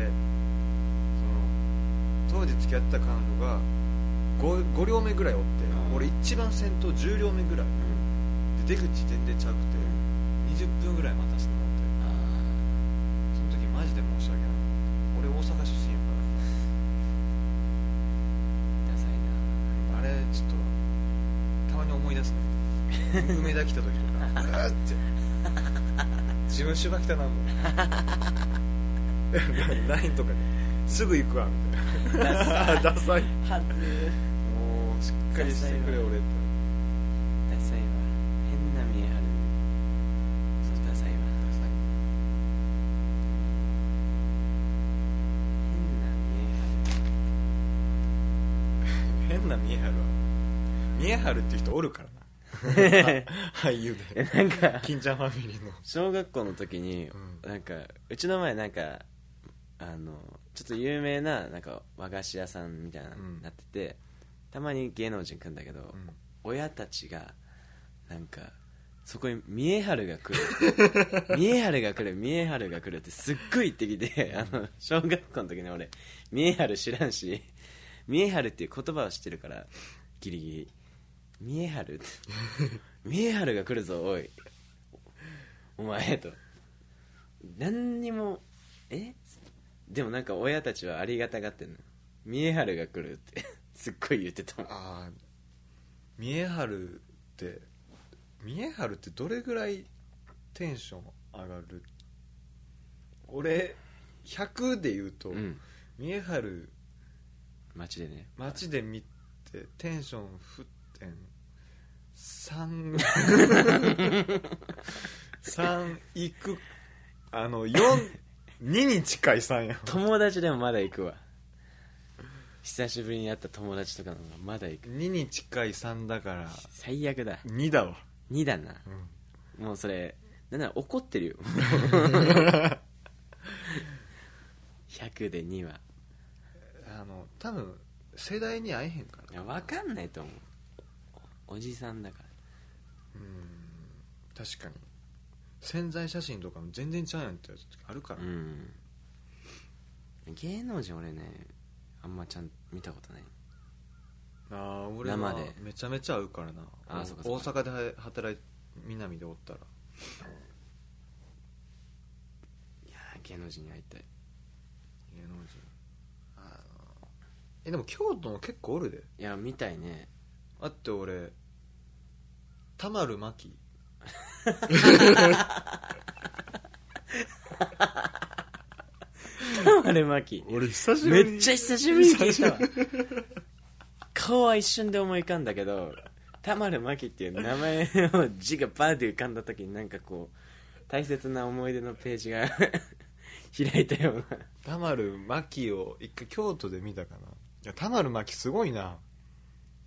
S1: その当時付き合ってた彼女が 5, 両目ぐらいおって
S2: うん
S1: 俺一番先頭10両目ぐらい
S2: うん
S1: で出口全然ちゃうくて20分ぐらい待たせてもらって
S2: あ
S1: その時マジで申し訳ない俺大阪出身や
S2: ーダサい
S1: からあれちょっとたまに思い出すね梅田来た時とかうわーって自分芝来たなもう LINE とかですぐ行くわみたいなダサい
S2: なはず
S1: もうしっかりしてくれ俺って
S2: ダサいわ変な見え張るそうダサいわダサい変な見え張る
S1: 変な見え張るわ見え張るっていう人おるからな俳優で
S2: なんか
S1: 金ちゃんファミリーの
S2: 小学校の時に、
S1: う
S2: なんかうちの前なんかあのちょっと有名ななんか和菓子屋さんみたいなの
S1: うん
S2: になってて、たまに芸能人来るんだけど、
S1: ん
S2: 親たちがなんかそこに見栄晴が来る見栄晴が来る見栄晴が来るってすっごい言ってきてあの小学校の時に俺見栄晴知らんし見栄晴っていう言葉を知ってるからギリギリ見栄晴って見栄晴が来るぞおいお前と何にもえでもなんか親たちはありがたがってんの見栄晴が来るってすっごい言ってたもん
S1: ああ見え張るって見え張るってどれぐらいテンション上がる俺100で言うと、
S2: うん
S1: 見え張る
S2: 街でね
S1: 街で見てテンション沸点33いくあの42に近い3やん
S2: 友達でもまだ行くわ久しぶりに会った友達とかの方がまだ行く
S1: 2に近い3だから
S2: 最悪だ
S1: 2だわ、
S2: 2だな
S1: うん
S2: もうそれなんなら怒ってるよ100で2は
S1: あの多分世代に会えへんから
S2: いや分かんないと思うおじさんだか
S1: うん確かに潜在写真とかも全然ちゃうやんってやつあるからら、
S2: うん芸能人俺ねあんまちゃん見たことない
S1: ああ俺は
S2: 生で
S1: めちゃめちゃ会うからな
S2: あーそうかそうか
S1: 大阪では働い南でおったら
S2: いやー芸能人に会いたい
S1: 芸能人あーえでも京都も結構おるで
S2: いや見たいね
S1: あって俺田丸真紀
S2: (laughs) あれマキ
S1: 俺久
S2: めっちゃ久しぶりに聞いたわ顔は一瞬で思い浮かんだけど田丸真紀っていう名前の字がバーで浮かんだ時になんかこう大切な思い出のページが (laughs) 開いたような
S1: 田丸真紀を一回京都で見たかないや田丸真紀すごいな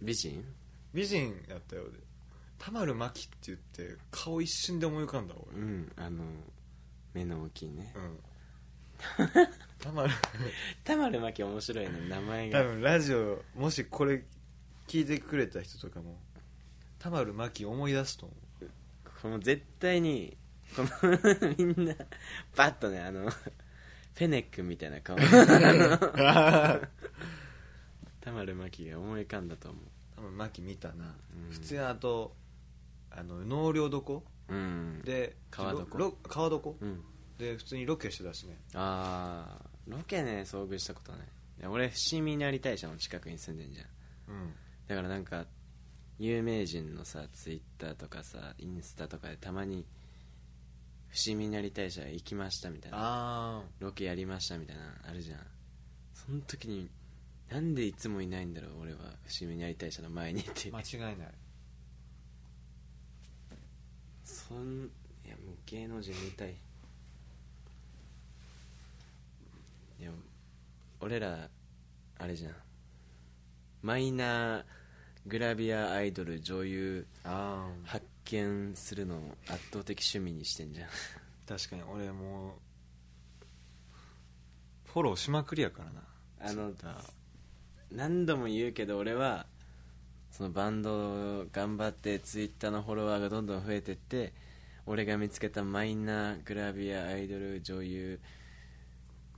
S2: 美人
S1: 美人やったようで田丸真紀って言って顔一瞬で思い浮かんだわ俺
S2: うんあの目の大きいね
S1: うんたまら
S2: 田丸真紀面白いね名前
S1: 多
S2: が
S1: 分ラジオもしこれ聞いてくれた人とかも田丸真紀思い出すと思う
S2: この絶対にこの (laughs) みんなバッとねあのフェネックみたいな (laughs) 顔田丸真紀が思い浮かんだと思う
S1: 多分真紀見たな、
S2: うん
S1: 普通にあとあの納涼床
S2: うん
S1: で
S2: 川床
S1: ロ川床
S2: うん
S1: で普通にロケしてたしね
S2: ああロケね遭遇したことないいや俺伏見稲荷大社の近くに住んでんじゃん
S1: うん
S2: だからなんか有名人のさツイッターとかさインスタとかでたまに伏見稲荷大社行きましたみたいな
S1: あ
S2: ロケやりましたみたいなのあるじゃんその時になんでいつもいないんだろう俺は伏見稲荷大社の前にって、
S1: あ間違いない
S2: そんいやもう芸能人見たいいや俺らあれじゃんマイナーグラビアアイドル女優
S1: ああ
S2: 発見するのを圧倒的趣味にしてんじゃん
S1: 確かに俺もうフォローしまくりやからな
S2: あ (laughs) の
S1: Twitter
S2: 何度も言うけど俺はそのバンドを頑張ってツイッターのフォロワーがどんどん増えてって俺が見つけたマイナーグラビアアイドル女優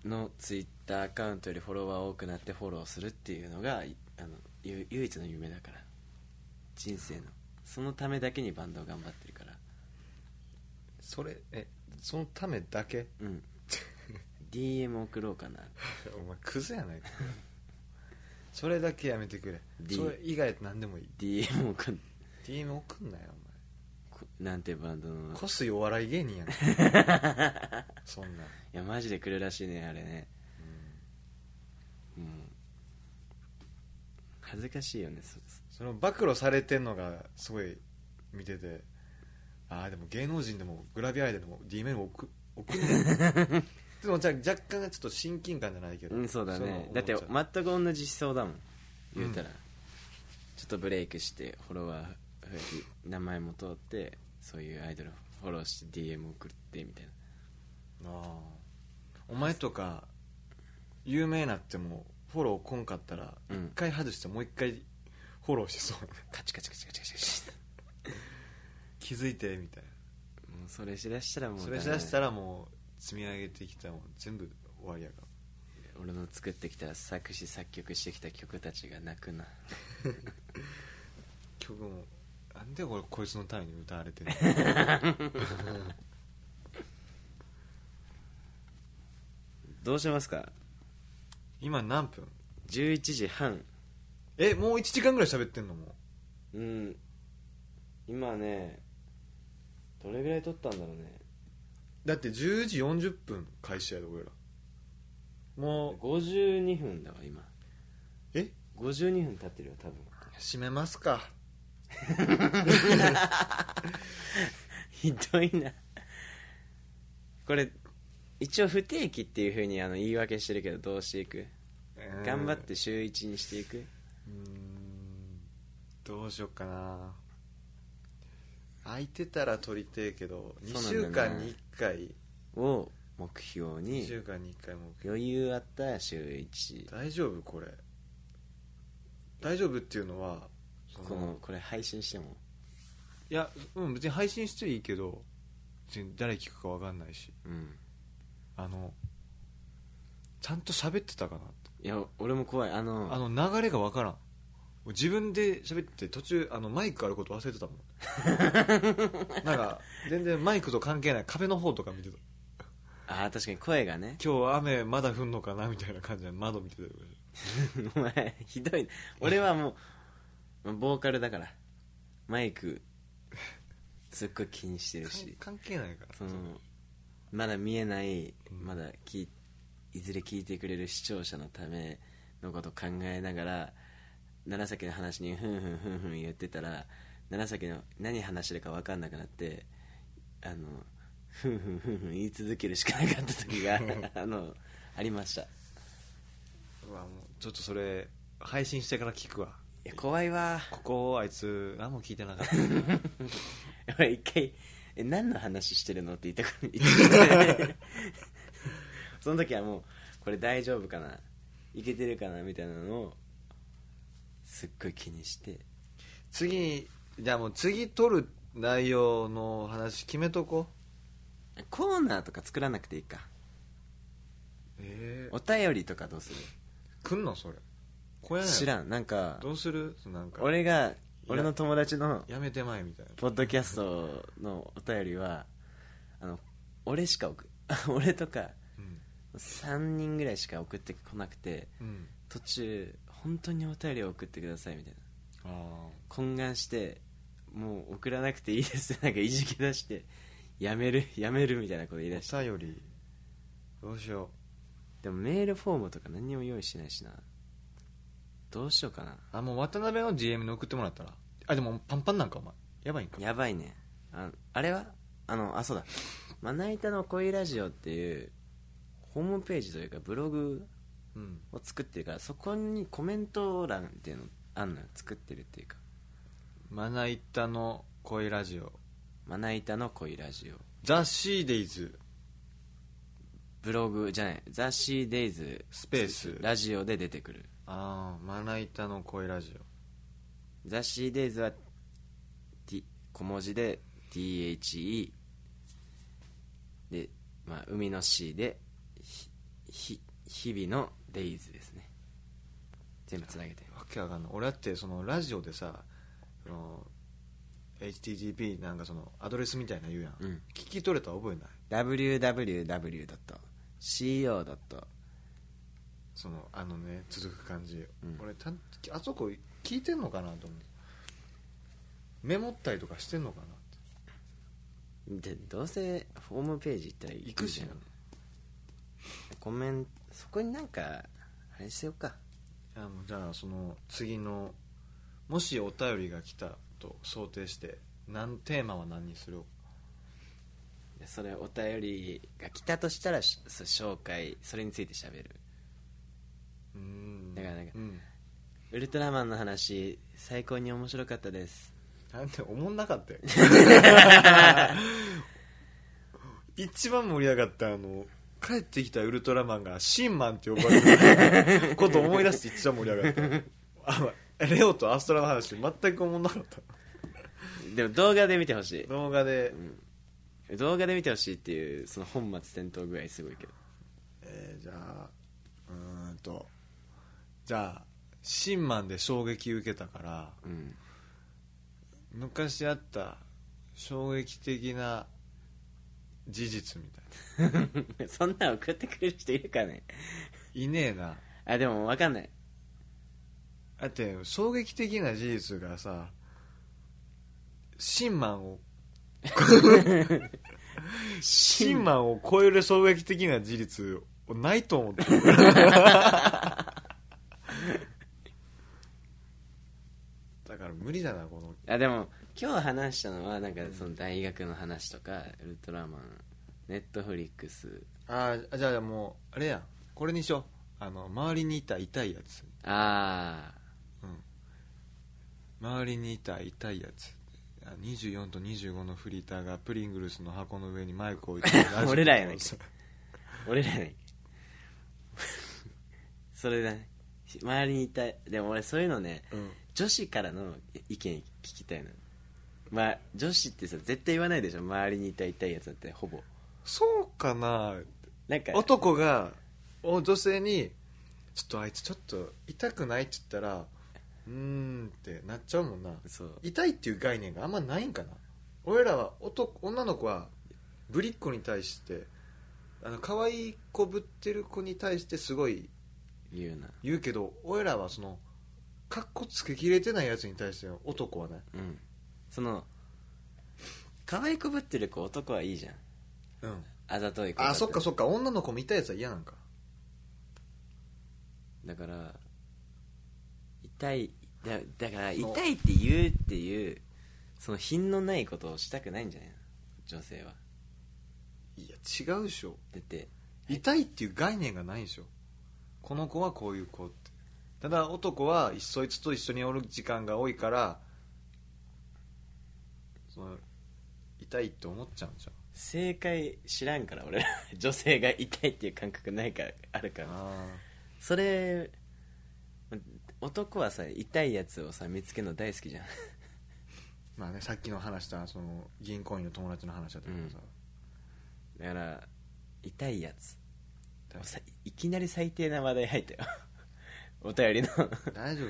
S2: のツイッターアカウントよりフォロワー多くなってフォローするっていうのがいあのゆ唯一の夢だから人生のそのためだけにバンドを頑張ってるから
S1: それえそのためだけ
S2: うん DM 送ろうかな
S1: お前クズやないかそれだけやめてくれ
S2: D
S1: それ以外何でもいい
S2: DM 送ん
S1: DM 送んなよお前
S2: こなんてバンドの
S1: こすいお笑い芸人やん
S2: (laughs)
S1: そんなん
S2: いやマジで来るらしいねあれねうん恥ずかしいよねそ
S1: その暴露されてんのがすごい見ててああでも芸能人でもグラビアアイドルでも D メール送送んね
S2: (laughs)
S1: んでもじゃあ若干ちょっと親近感じゃないけど、
S2: うんそうだね
S1: の
S2: だって
S1: 思ちゃう
S2: 全く同じ思想だもん言うたら、
S1: う
S2: ちょっとブレイクしてフォロワー増えて名前も通ってそういうアイドルをフォローして DM 送ってみたいな
S1: ああお前とか有名になってもフォローこんかったら
S2: うん
S1: 一回外してもう一回フォローしそう、 (laughs)
S2: カチカチカチカチカチカチ
S1: 気づいてみたい
S2: もうそれしだしたらもうダ
S1: なそ
S2: メだ
S1: れし
S2: ね
S1: だしたらもう積み上げてきたもん全部終わりやから
S2: 俺の作ってきた作詞作曲してきた曲たちが泣くな
S1: 曲もなんで俺こいつのために歌われてる
S2: (laughs) どうしますか
S1: 今何分
S2: 11時半
S1: えもう1時間ぐらい喋ってんのも
S2: うん今ねどれぐらい撮ったんだろうね
S1: うだって10時40分開始やで俺らもう
S2: 52分だわ今
S1: え
S2: 52分経ってるよ多分
S1: 閉めますか
S2: (laughs) ひどいなこれ一応不定期っていうふうにあの言い訳してるけどどうしていく頑張って週1にしていく
S1: うーんどうしよっかな空いてたら撮りてえけど2
S2: そうな
S1: 週
S2: んだよ
S1: 間
S2: ね
S1: に1回
S2: を目標
S1: 2
S2: に
S1: 週間に1回も
S2: 余裕あったら週1
S1: 大丈夫これ大丈夫っていうのはそ
S2: このこれ配信しても
S1: いやうん別に配信していいけど別に誰聞くか分かんないし
S2: うん
S1: あのちゃんと喋ってたかなって
S2: いや俺も怖いあの
S1: あの流れが分からん自分で喋ってて途中あのマイクあること忘れてたもん
S2: (laughs)
S1: なんか全然マイクと関係ない壁の方とか見てた
S2: あー確かに声がね
S1: 今日雨まだ降んのかなみたいな感じで窓見てたりとかして
S2: (laughs) お前ひどいな俺はもうまあボーカルだからマイクすっごい気にしてるし
S1: 関関係ないから
S2: そのまだ見えない
S1: うん
S2: まだ聞いいずれ聞いてくれる視聴者のためのこと考えながら楢崎の話にふんふんふんふん言ってたら楢崎の何話してるか分かんなくなってあのふんふんふんふん言い続けるしかなかった時が (laughs) あのありました
S1: うわもうちょっとそれ配信してから聞くわ
S2: いや怖いわ
S1: ここあいつ何も聞いてなかった
S2: やばい (laughs) 一回「え何の話してるの?」って言ったこと言って (laughs) その時はもうこれ大丈夫かないけてるかなみたいなのをすっごい気にして
S1: (laughs) 次にじゃあもう次撮る内容の話決めとこ
S2: コーナーとか作らなくていいか
S1: え
S2: お便りとかどうする
S1: 来んのそれ小屋
S2: 知らんなんか
S1: どうするなんか
S2: 俺が俺の友達の
S1: やめてまえみたいな
S2: ポッドキャストのお便りはあの俺しか送 (laughs) 俺とか
S1: うん
S2: 3人ぐらいしか送ってこなくて
S1: うん
S2: 途中本当にお便りを送ってくださいみたいな
S1: ああ
S2: (laughs) 懇願してもう送らなくていいですってなんかいじけ出してやめるやめるみたいなこと言い出して
S1: お便りどうしよ
S2: でもメールフォームとか何にも用意してないしなどうしようかな
S1: うあもう渡辺の DM に送ってもらったらあでもパンパンなんかお前やばいんか
S2: やばいねああれはあのあそうだまな板の恋ラジオっていうホームページというかブログ
S1: うん
S2: を作ってるからそこにコメント欄っていうのあんのよ作ってるっていうか
S1: まな板の恋ラジオ
S2: まな板の恋ラジオ
S1: ザ・シーデイズ
S2: ブログじゃない雑誌デイズ
S1: スペース
S2: ラジオで出てくる
S1: ああまな板の恋ラジ
S2: 雑誌デイズは、T、小文字で DHE で、まあ、海の C でひひ日々のデイズですね全部つなげて
S1: オわけわかんない俺だってそのラジオでさその HTTP なんかそのアドレスみたいなの言うやん、
S2: うん
S1: 聞き取れたら覚えない
S2: www.co.
S1: そのあのね続く感じ、
S2: うん
S1: 俺たんあそこ聞いてんのかなと思うメモったりとかしてんのかなって
S2: でどうせホームページ行ったら
S1: 行くしな
S2: コメントそこになんかあれしようか
S1: あもうじゃあその次のもしお便りが来たと想定して何テーマは何にする
S2: でそれお便りが来たとしたらしそ紹介それについてしゃべる
S1: うーん
S2: だからなんか
S1: うん、
S2: ウルトラマンの話最高に面白かったです
S1: なんて思んなかったよ一番盛り上がったあの帰ってきたウルトラマンがシンマンって呼ばれることを思い出して一番盛り上がったあレオとアストラの話全く思んなかった
S2: でも動画で見てほし
S1: 動画で、
S2: い動画で見てほしいっていうその本末転倒具合すごいけど
S1: えーじゃあうーんとじゃあシンマンで衝撃受けたから
S2: うん (laughs)
S1: 昔あった衝撃的な事実みたいな
S2: そんなん送ってくれる人いるかね
S1: いねえな
S2: あでも分かんない
S1: だって衝撃的な事実がさシンマンをシンマンを超える衝撃的な事実ないと思って
S2: (laughs)
S1: るだから無理だなこの
S2: あでも今日話したのはなんかその大学の話とかウルトラマンネットフリックス
S1: あーじゃあもうあれやんこれにしようあの周りにいた痛いやつ
S2: ああ
S1: 周りにいた痛いやつあ24と25のフリーターがプリングルスの箱の上にマイクを置いて
S2: (laughs) 俺らやな
S1: ね
S2: いか俺らねそれだね周りにいたでも俺そういうのね
S1: うん
S2: 女子からの意見聞きたいのまあ女子ってさ絶対言わないでしょ周りにいた痛いやつだってほぼ
S1: そうかな
S2: なんか
S1: 男がお女性に「ちょっとあいつちょっと痛くない?」って言ったら「うーん」ってなっちゃうもんな
S2: そう
S1: 痛いっていう概念があんまないんかな俺らは男女の子はぶりっ子に対してあの可愛い子ぶってる子に対してすごい
S2: 言うな
S1: 言うけど俺らはそのかっこつけきれてないやつに対しての男はね
S2: うんその可愛くぶってる子男はいいじゃん
S1: うん
S2: あざとい子だ
S1: あ
S2: て
S1: そっかそっか女の子も痛いやつは嫌なんか
S2: だから痛いだだから痛いって言うっていうその品のないことをしたくないんじゃないの女性はい
S1: や違うでしょ
S2: だって
S1: 痛いっていう概念がないでしょこの子はこういう子ってただ男はそいつと一緒におる時間が多いからその痛いって思っちゃうんじゃ
S2: 正解知らんから俺ら (laughs) 女性が痛いっていう感覚ないからあるか
S1: ん
S2: ら
S1: あ
S2: それ男はさ痛いやつをさ見つけるの大好きじゃん
S1: まあねさっきの話したその銀行員の友達の話だったけどさ、
S2: だから痛いやつ
S1: だ
S2: さいきなり最低な話題入ったよ (laughs) お便りの (laughs)
S1: 大丈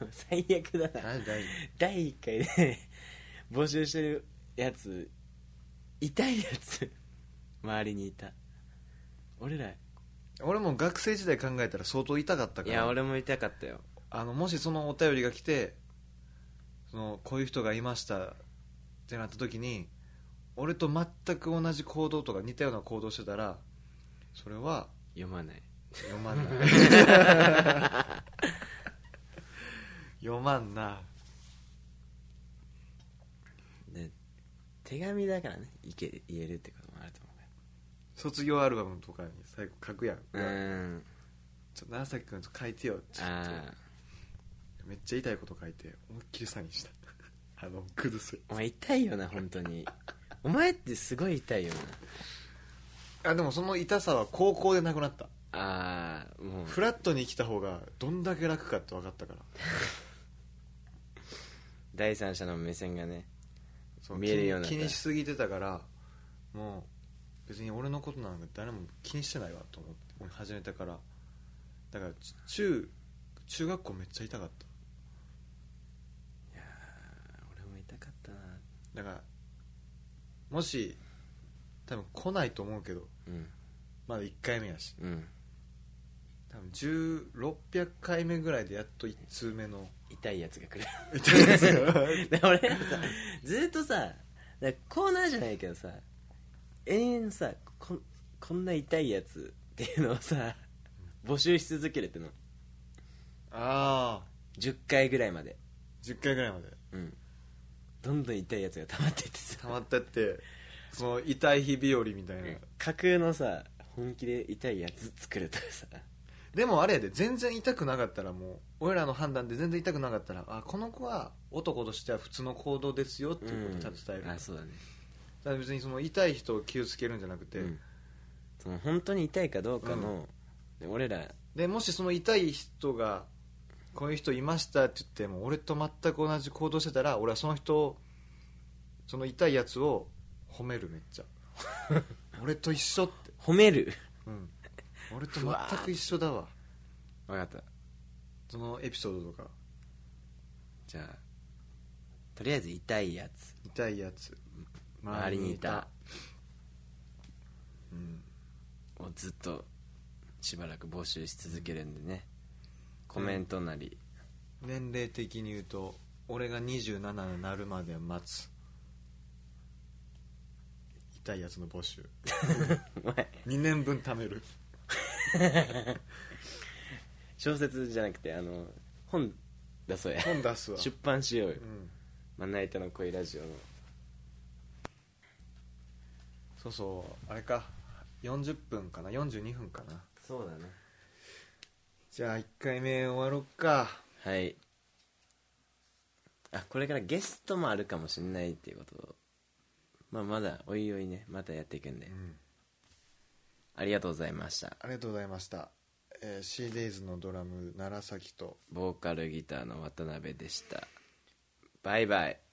S1: 夫
S2: 最悪だな
S1: 大丈夫大丈
S2: 第1回で (laughs) 募集してるやつ痛いやつ周りにいた俺らい
S1: 夫俺も学生時代考えたら相当痛かったから
S2: や俺も痛かったよ
S1: あのもしそのお便りが来てそのこういう人がいましたってなった時に俺と全く同じ行動とか似たような行動してたらそれは
S2: 読まない
S1: 読まんな (laughs) 読まんな
S2: で手紙だからねいけ言えるってこともあると思うか
S1: 卒業アルバムとかに最後書くやん、
S2: らうん
S1: ちょっと長崎君と書いてよちょっと
S2: ああ
S1: めっちゃ痛いこと書いて思いっきりサインしたあの崩す
S2: お前痛いよな本当 (laughs) にお前ってすごい痛いよ
S1: あでもその痛さは高校でなくなった
S2: なああもう
S1: フラットに生きた方がどんだけ楽かって分かったから
S2: 第三者の目線がね
S1: そう
S2: 見えるようにな
S1: 気
S2: っ
S1: に
S2: た
S1: 気にしすぎてたからもう別に俺のことなんか誰も気にしてないわと思って俺始めたからだからち中中学校めっちゃ痛かっ
S2: 俺も痛かったな
S1: ただからもし多分来ないと思うけど
S2: うん
S1: まだ1回目やし
S2: うん
S1: 多分1600回目ぐらいでやっと1通
S2: (laughs)
S1: 目の
S2: 痛いやつが来る
S1: 痛いやつが
S2: で俺らさずーっとさだからコーナーじゃないけどさ永遠さこんこんな痛いやつっていうのをさ募集し続けるっての
S1: ああ
S2: 10回ぐらいまで
S1: 10回ぐらいまで
S2: うんどんどん痛いやつが溜まっていってさ
S1: 溜まったってその痛い日日和みたいな、
S2: 架空のさ本気で痛いやつ作るとかさ
S1: でもあれやで全然痛くなかったらもう俺らの判断で全然痛くなかったらあこの子は男としては普通の行動ですよっていうことをちゃんと伝える、
S2: あ
S1: だか
S2: そうだね
S1: ら別にその痛い人を気をつけるんじゃなくて、
S2: うんその本当に痛いかどうかの、で俺ら
S1: でもしその痛い人がこういう人いましたって言っても俺と全く同じ行動してたら俺はその人をその痛いやつを褒めるめっちゃ俺と一緒って、
S2: 褒める
S1: うん、俺と全く一緒だわ
S2: 分かった
S1: そのエピソードとか
S2: じゃあとりあえず痛いやつ
S1: 痛いやつ
S2: 周りにいた、
S1: うん
S2: をずっとしばらく募集し続けるんでね、コメントなり、
S1: 年齢的に言うと俺が27になるまで待つ痛いやつの
S2: (laughs)
S1: 募集
S2: お前
S1: 2年分貯める
S2: 小説じゃなくてあの本だ
S1: (laughs)
S2: そうや
S1: 本出すわ、
S2: 出版しようよ
S1: うん、
S2: まな板の恋ラジオの
S1: そうそうあれか40分かな42分かな
S2: そうだね
S1: じゃあ1回目終わろっか
S2: はいあこれからゲストもあるかもしれないっていうことをまあまだおいおいねまたやっていくんで、
S1: うん
S2: ありがとうございました
S1: ありがとうございました、えー、シーデイズのドラム楢崎と
S2: ボーカルギターの渡辺でしたバイバイ